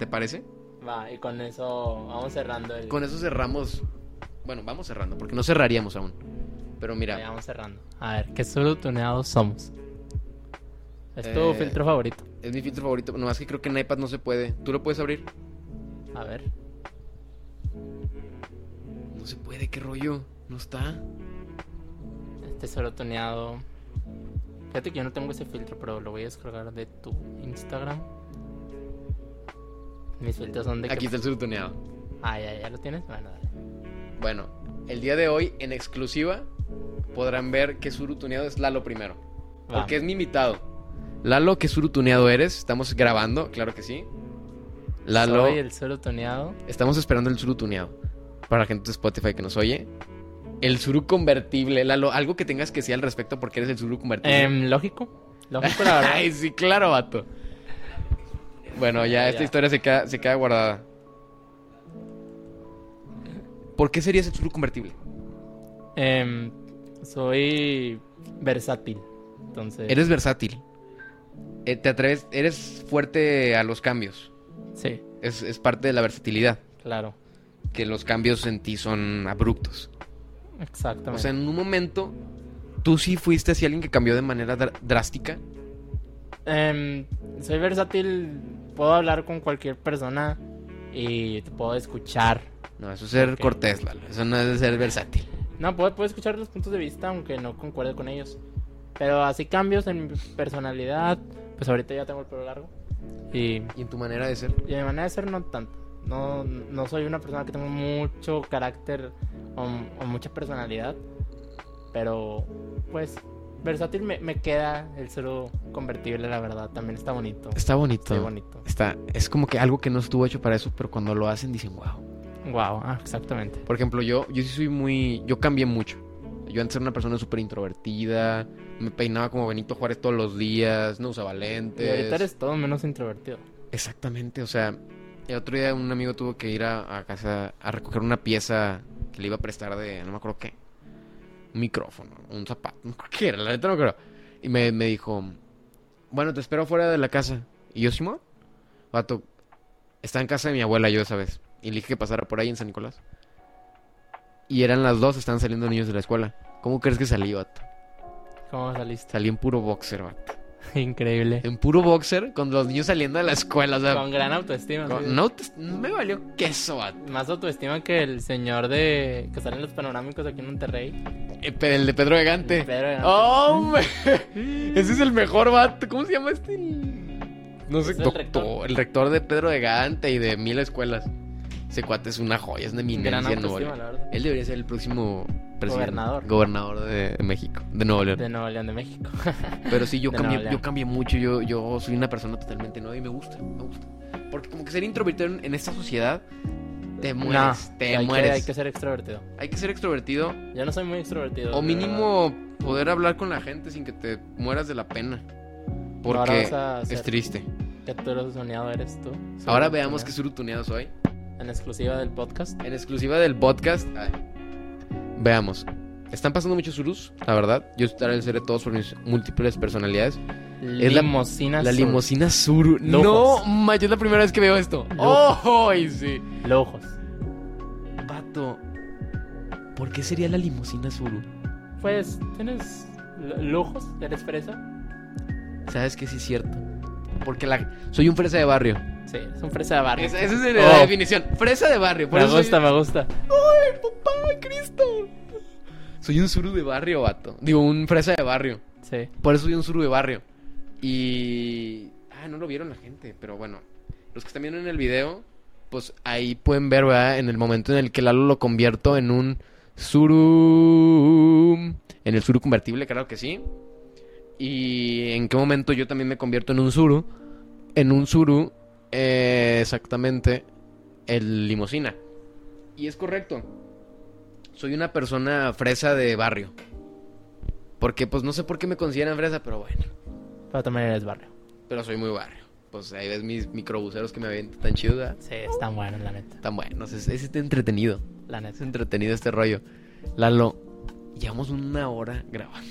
¿Te parece?
Va, y con eso vamos cerrando el.
Con eso cerramos. Bueno, vamos cerrando, porque no cerraríamos aún. Pero
Ahí
mira,
vamos cerrando. A ver, ¿qué solo tuneados somos? Es tu
Eh,
filtro favorito.
es mi filtro favorito. Nomás que creo que en iPad no se puede. ¿Tú lo puedes abrir?
A ver.
No se puede, qué rollo. No está.
Este solo tuneado. Fíjate que yo no tengo ese filtro, pero lo voy a descargar de tu Instagram. Mis filtros son de que-
Aquí está el surutuneado.
Ah, ya, ya lo tienes. Bueno, dale.
Bueno, el día de hoy, en exclusiva, podrán ver que surutuneado es Lalo primero.
Va.
Porque es mi invitado. Lalo, que surutuneado eres. Estamos grabando, claro que sí. Lalo,
Soy el solo tuneado.
estamos esperando el surutuneado. Para la gente de Spotify que nos oye. El suru convertible, Lalo, algo que tengas que decir al respecto porque eres el suru convertible.
Em, lógico. Lógico, la
[laughs]
verdad.
Ay, sí, claro, vato. Bueno, ya esta
Ya.
historia se queda, se queda guardada. ¿Por qué serías el suru convertible?
Em, soy versátil. Entonces.
Eres versátil. Eh, te atreves, eres fuerte a los cambios.
Sí,
Es, es parte de la versatilidad.
claro.
Que los cambios en ti son abruptos.
Exactamente.
O sea, en un momento ¿Tú sí fuiste así alguien que cambió de manera dr- drástica?
Em, soy versátil, puedo hablar con cualquier persona y te puedo escuchar.
No, eso es ser
Ok.
cortés, Lalo. Eso no es ser versátil.
No, puedo, puedo escuchar los puntos de vista aunque no concuerde con ellos. Pero así cambios en mi personalidad, pues ahorita ya tengo el pelo largo. Y,
¿Y en tu manera de ser?
y de manera de ser no tanto. No, no soy una persona que tengo mucho carácter o, o mucha personalidad. Pero pues versátil me, me queda el cero convertible, la verdad. También está bonito.
Está bonito.
Está bonito.
Está, es como que algo que no estuvo hecho para eso, pero cuando lo hacen dicen, wow.
Wow, ah, exactamente.
Por ejemplo, yo, yo sí soy muy... Yo cambié mucho. Yo antes era una persona súper introvertida, me peinaba como Benito Juárez todos los días, no usaba
Y
lentes.
ahorita eres todo menos introvertido.
Exactamente, o sea, el otro día un amigo tuvo que ir a, a casa a recoger una pieza que le iba a prestar de, no me acuerdo qué, un micrófono, un zapato, no me acuerdo qué era, la neta no me acuerdo. Y me, me dijo, bueno, te espero fuera de la casa. Y yo, Simón, vato, está en casa de mi abuela yo esa vez. Y le dije que pasara por ahí en San Nicolás. Y eran las dos, estaban saliendo niños de la escuela. ¿Cómo crees que salí, vato?
¿Cómo saliste? [laughs]
Salí en puro boxer, vato.
Increíble.
En puro boxer, con los niños saliendo de la escuela, o sea...
Con gran autoestima.
Con-
sí.
No, te- me valió queso, vato.
Más autoestima que el señor de que sale en los panorámicos aquí en Monterrey.
Eh, pe- El de Pedro Egante.
Pedro Egante.
Oh. ¡Hombre! Ese es el mejor vato. ¿Cómo se llama este? El- No sé,
¿Es el
doctor.
rector?
El rector de Pedro Egante y de mil escuelas. Ese cuate es una joya, es de eminencia
gran
en Nuevo
autoestima,
León.
la verdad.
Él debería ser el próximo presidente.
Gobernador.
Gobernador de, de México, de Nuevo León.
De Nuevo León de México.
Pero sí, yo
de
cambié,
Nuevo León.
yo cambié mucho. Yo, yo soy una persona totalmente nueva y me gusta, me gusta. Porque como que ser introvertido en, en esta sociedad, te mueres,
[laughs] No,
te
hay
mueres.
Que, hay que ser extrovertido.
hay que ser extrovertido
Yo no soy muy extrovertido.
O
la
mínimo poder hablar con la gente sin que te mueras de la pena.
verdad. Ahora
Porque
vas a hacer
es triste.
que tú eres soñado eres tú.
Ahora veamos qué
que
surutuneado soy.
En exclusiva del podcast.
En exclusiva del podcast. ay, Veamos. Están pasando muchos surus, la verdad. Yo estaré al ser de todos por mis múltiples personalidades. la-
Limosina.
La limusina suru. No,
Lujos.
ma, yo es la primera vez que veo esto.
Lujos.
¡Oh, y sí!
Lujos.
Pato, ¿por qué sería la limusina suru?
Pues, ¿tienes l- lujos? ¿Eres fresa?
¿Sabes que sí es cierto? Porque la... soy un fresa de barrio.
Sí, es un fresa de barrio.
Esa, esa es la
Oh.
definición. Fresa de barrio. Por
Me
eso soy-
gusta, me gusta.
¡Ay, papá, Cristo! Soy un suru de barrio, vato. Digo, un fresa de barrio.
Sí.
Por eso soy un suru de barrio. Y. Ah, no lo vieron la gente, pero bueno. Los que están viendo en el video, pues ahí pueden ver, ¿verdad? En el momento en el que Lalo lo convierto en un suru. En el suru convertible, claro que sí. Y en qué momento yo también me convierto en un suru. En un suru, eh, exactamente, el limosina. Y es correcto. Soy una persona fresa de barrio. Porque, pues, no sé por qué me consideran fresa, pero bueno.
Pero también eres barrio.
Pero soy muy barrio. Pues ahí ves mis microbuseros que me avientan tan chido, ¿verdad?
Sí, están buenos, la neta.
Tan buenos. Es, es entretenido.
La
Es
neta.
entretenido este rollo. Lalo, llevamos una hora grabando.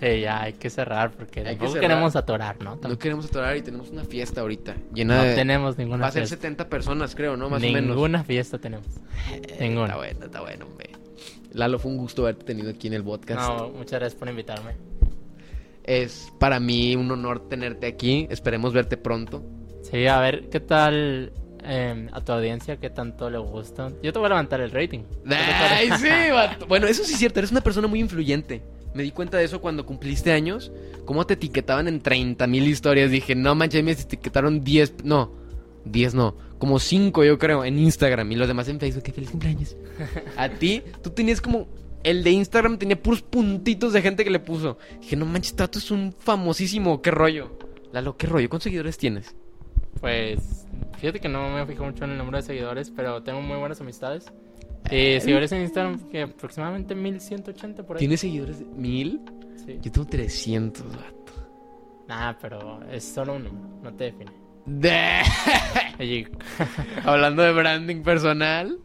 Sí, ya hay que cerrar porque
Hay que
tampoco
cerrar.
queremos atorar, ¿no? Tampoco-
No queremos atorar y tenemos una fiesta ahorita.
no
Llena de...
tenemos ninguna
Va a ser
fiesta.
70 personas, creo, ¿no? Más o menos.
ninguna fiesta tenemos.
[laughs] Está
Ninguna.
bueno, está bueno, hombre. Lalo, fue un gusto haberte tenido aquí en el podcast.
No, muchas gracias por invitarme.
Es para mí un honor tenerte aquí. Esperemos verte pronto.
Sí, a ver, ¿qué tal eh, a tu audiencia? ¿Qué tanto le gusta? Yo te voy a levantar el rating.
Ay, sí,
[laughs]
vato. Bueno, eso sí es cierto, eres una persona muy influyente. Me di cuenta de eso cuando cumpliste años. Cómo te etiquetaban en 30 mil historias. Dije, no manches, me etiquetaron 10. No, 10 no. Como 5, yo creo, en Instagram. Y los demás en Facebook. ¡Qué feliz cumpleaños! A ti, tú tenías como. El de Instagram tenía puros puntitos de gente que le puso. Dije, no manches, Tato es un famosísimo. ¿Qué rollo? Lalo, ¿qué rollo? ¿Cuántos seguidores tienes?
Pues, fíjate que no me fijo mucho en el número de seguidores, pero tengo muy buenas amistades. Y seguidores en Instagram, que aproximadamente 1180 por ahí.
Eh. ¿Tienes seguidores? de ¿Mil?
Sí.
Yo tengo 300, vato.
Nah, pero es solo un número, no te define.
De...
Oye,
Hablando de branding personal.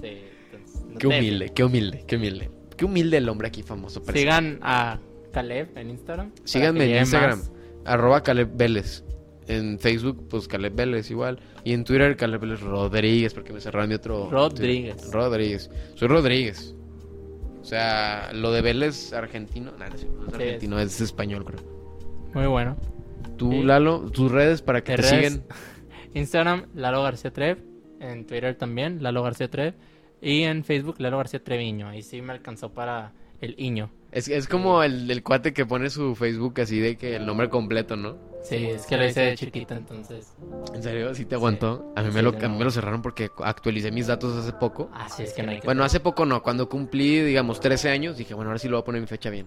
sí, entonces, no
Qué
te define.
humilde, qué humilde, qué humilde. Qué humilde el hombre aquí famoso. parece.
Sigan a Caleb en Instagram. para que
Síganme en
lleguen
Instagram.
más.
Arroba Caleb Vélez. En Facebook, pues Caleb Vélez igual. Y en Twitter, Caleb Vélez Rodríguez, porque me cerraron mi otro.
Rodríguez.
Rodríguez. Soy Rodríguez. O sea, lo de Vélez argentino. Nah, no, es cierto, no es
Sí,
argentino, es español, creo.
Muy bueno.
Tú,
Sí.
Lalo, tus redes para que
Te
te
redes.
siguen.
Instagram, Lalo García Trev. En Twitter también, Lalo García Trev. Y en Facebook, Lalo García Treviño. Ahí sí me alcanzó para el Iño.
Es, es como el, el cuate que pone su Facebook así de que el nombre completo, ¿no?
Sí, es que lo hice de chiquito, entonces.
¿En serio? ¿Sí te aguantó? A, mí me
Sí,
lo,
de
a mí me
nuevo.
lo cerraron porque actualicé mis datos hace poco.
Así ah, es que no hay que.
Bueno, hace poco no. Cuando cumplí, digamos, 13 años, dije, bueno, ahora sí lo voy a poner mi fecha bien.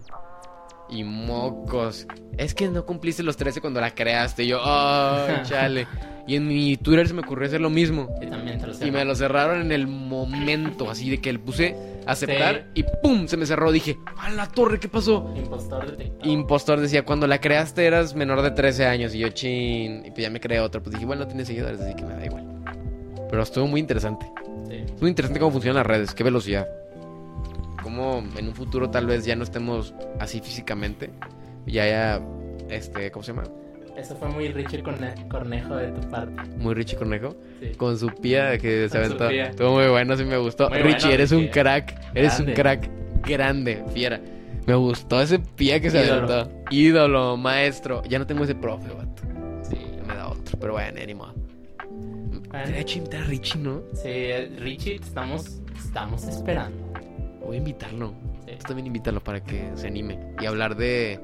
Y mocos. Es que no cumpliste los 13 cuando la creaste. Y yo, oh,
[laughs]
chale. Y en mi Twitter se me ocurrió hacer lo mismo.
Yo también te lo
Y
cerré.
me lo cerraron en el momento, así de que le puse aceptar y ¡pum! Se me cerró. Dije, ¡a la torre! ¿Qué pasó?
Impostor detectado.
Impostor decía, cuando la creaste eras menor de 13 años. Y yo, chin. Y pues ya me creé otra. Pues dije, bueno, no tiene seguidores, así que me da igual. Pero estuvo muy interesante.
Sí.
Es muy interesante cómo funcionan las redes, qué velocidad. Cómo en un futuro tal vez ya no estemos así físicamente. Ya haya, este, ¿cómo se llama?
Eso fue muy Richie Corne- Cornejo de tu parte.
Muy Richie Cornejo.
Sí.
Con su pía que se
Con su
aventó.
pía.
Estuvo muy bueno, sí me gustó.
Muy
Richie,
bueno,
eres un
Richie.
crack. Eres un
Grande.
crack grande, fiera. Me gustó ese pía que se
Ídolo.
aventó. Ídolo, maestro. Ya no tengo ese profe, vato.
Sí.
Me da otro, pero bueno, ánimo. Te hecho invitar a Richie, ¿no?
Sí, eh, Richie, te estamos, te estamos esperando.
Voy a invitarlo.
Sí.
Tú también invítalo para que se anime. Y hablar de.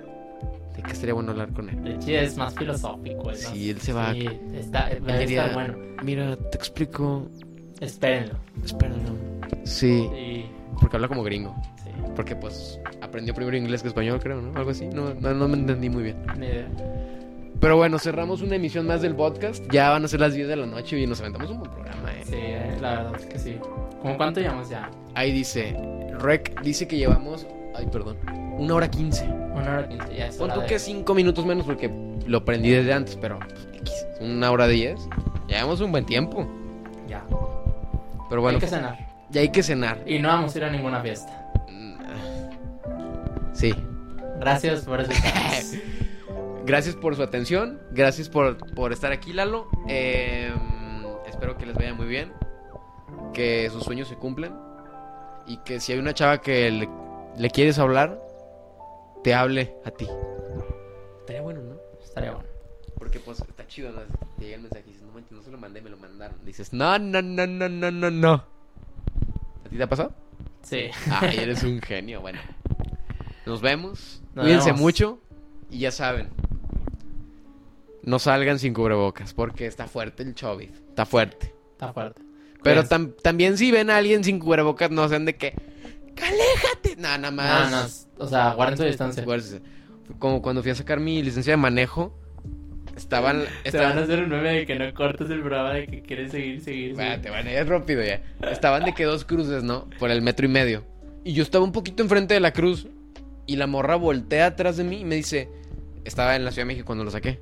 ¿De qué sería bueno hablar con él?
Richie es más filosófico. Es
Sí,
más-
él se va-
Sí, está, va a
Quería-
estar bueno.
Mira, te explico.
Espérenlo.
Espéralo. Sí,
Sí,
porque habla como gringo.
sí.
Porque pues aprendió primero inglés que español, creo, ¿no? Algo así. No, no, no me entendí muy bien.
Ni idea.
Pero bueno, cerramos una emisión más del podcast. Ya van a ser las 10 de la noche y nos aventamos un buen programa, eh.
Sí, eh, la verdad es que sí. ¿Cómo cuánto llevamos ya?
Ahí dice, Rec dice que llevamos, ay, perdón, una hora 15.
Una hora quince. Ya es
Pon
hora
tú
de-
que 5 minutos menos porque lo aprendí desde antes, pero pues, X, una hora 10. Llevamos un buen tiempo.
Ya.
Pero bueno,
Hay que cenar.
ya hay que cenar.
Y no vamos a ir a ninguna fiesta.
Mm, ah. Sí.
Gracias
[laughs]
por escucharnos.
Gracias por su atención. Gracias por, por estar aquí, Lalo. Eh, espero que les vaya muy bien. Que sus sueños se cumplan. Y que si hay una chava que le, le quieres hablar, te hable a ti. Estaría bueno, ¿no?
Estaría bueno.
Porque pues está chido, ¿no? Te llega el mensaje y dices, no manches, no se lo mandé, me lo mandaron. Dices, no, no, no, no, no, no, no. ¿A ti te ha pasado?
Sí.
Ay, eres un genio, bueno. Nos vemos.
Nos
Cuídense
vemos.
mucho. Y ya saben. No salgan sin cubrebocas, porque está fuerte el COVID. Está fuerte.
Está fuerte.
Pero
Cuídense.
tam- también si ven a alguien sin cubrebocas, no sean de que. ¡Aléjate! No, nada
No,
más.
no, o sea, guarden su distancia.
Acuérdense. Como cuando fui a sacar mi licencia de manejo, estaban.
Se van
estaban
a hacer un meme de que no cortas el programa, de que quieres seguir, seguir. seguir.
Espérate, bueno, ya es rápido ya. Estaban de que dos cruces, ¿no? Por el metro y medio. Y yo estaba un poquito enfrente de la cruz. Y la morra voltea atrás de mí y me dice. Estaba en la Ciudad de México cuando lo saqué.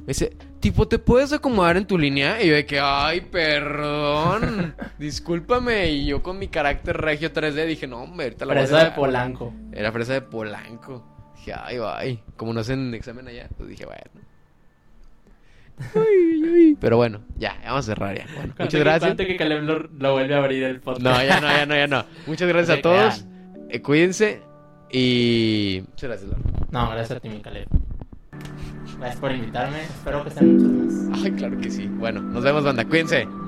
Me dice, tipo, ¿te puedes acomodar en tu línea? Y yo de que, ay, perdón. Discúlpame. Y yo con mi carácter regio 3D dije, no, hombre, ahorita la voy a
Presa de
cagar".
Polanco.
Era fresa de Polanco. Dije, ay, bye. Como no hacen examen allá, pues dije, bueno. Ay, ay. Pero bueno, ya, ya vamos a cerrar ya. Bueno,
Cuánto
muchas
que-
gracias.
cuánto que Caleb lo, lo vuelve a abrir el podcast.
No, ya no, ya no, ya no. [laughs] Muchas gracias a
Se
todos. Eh, cuídense. Y. Muchas gracias,
No, gracias a ti, mi Caleb. Gracias por invitarme. Espero que sean muchos más.
Ay, claro que sí. Bueno, nos vemos, banda. Cuídense.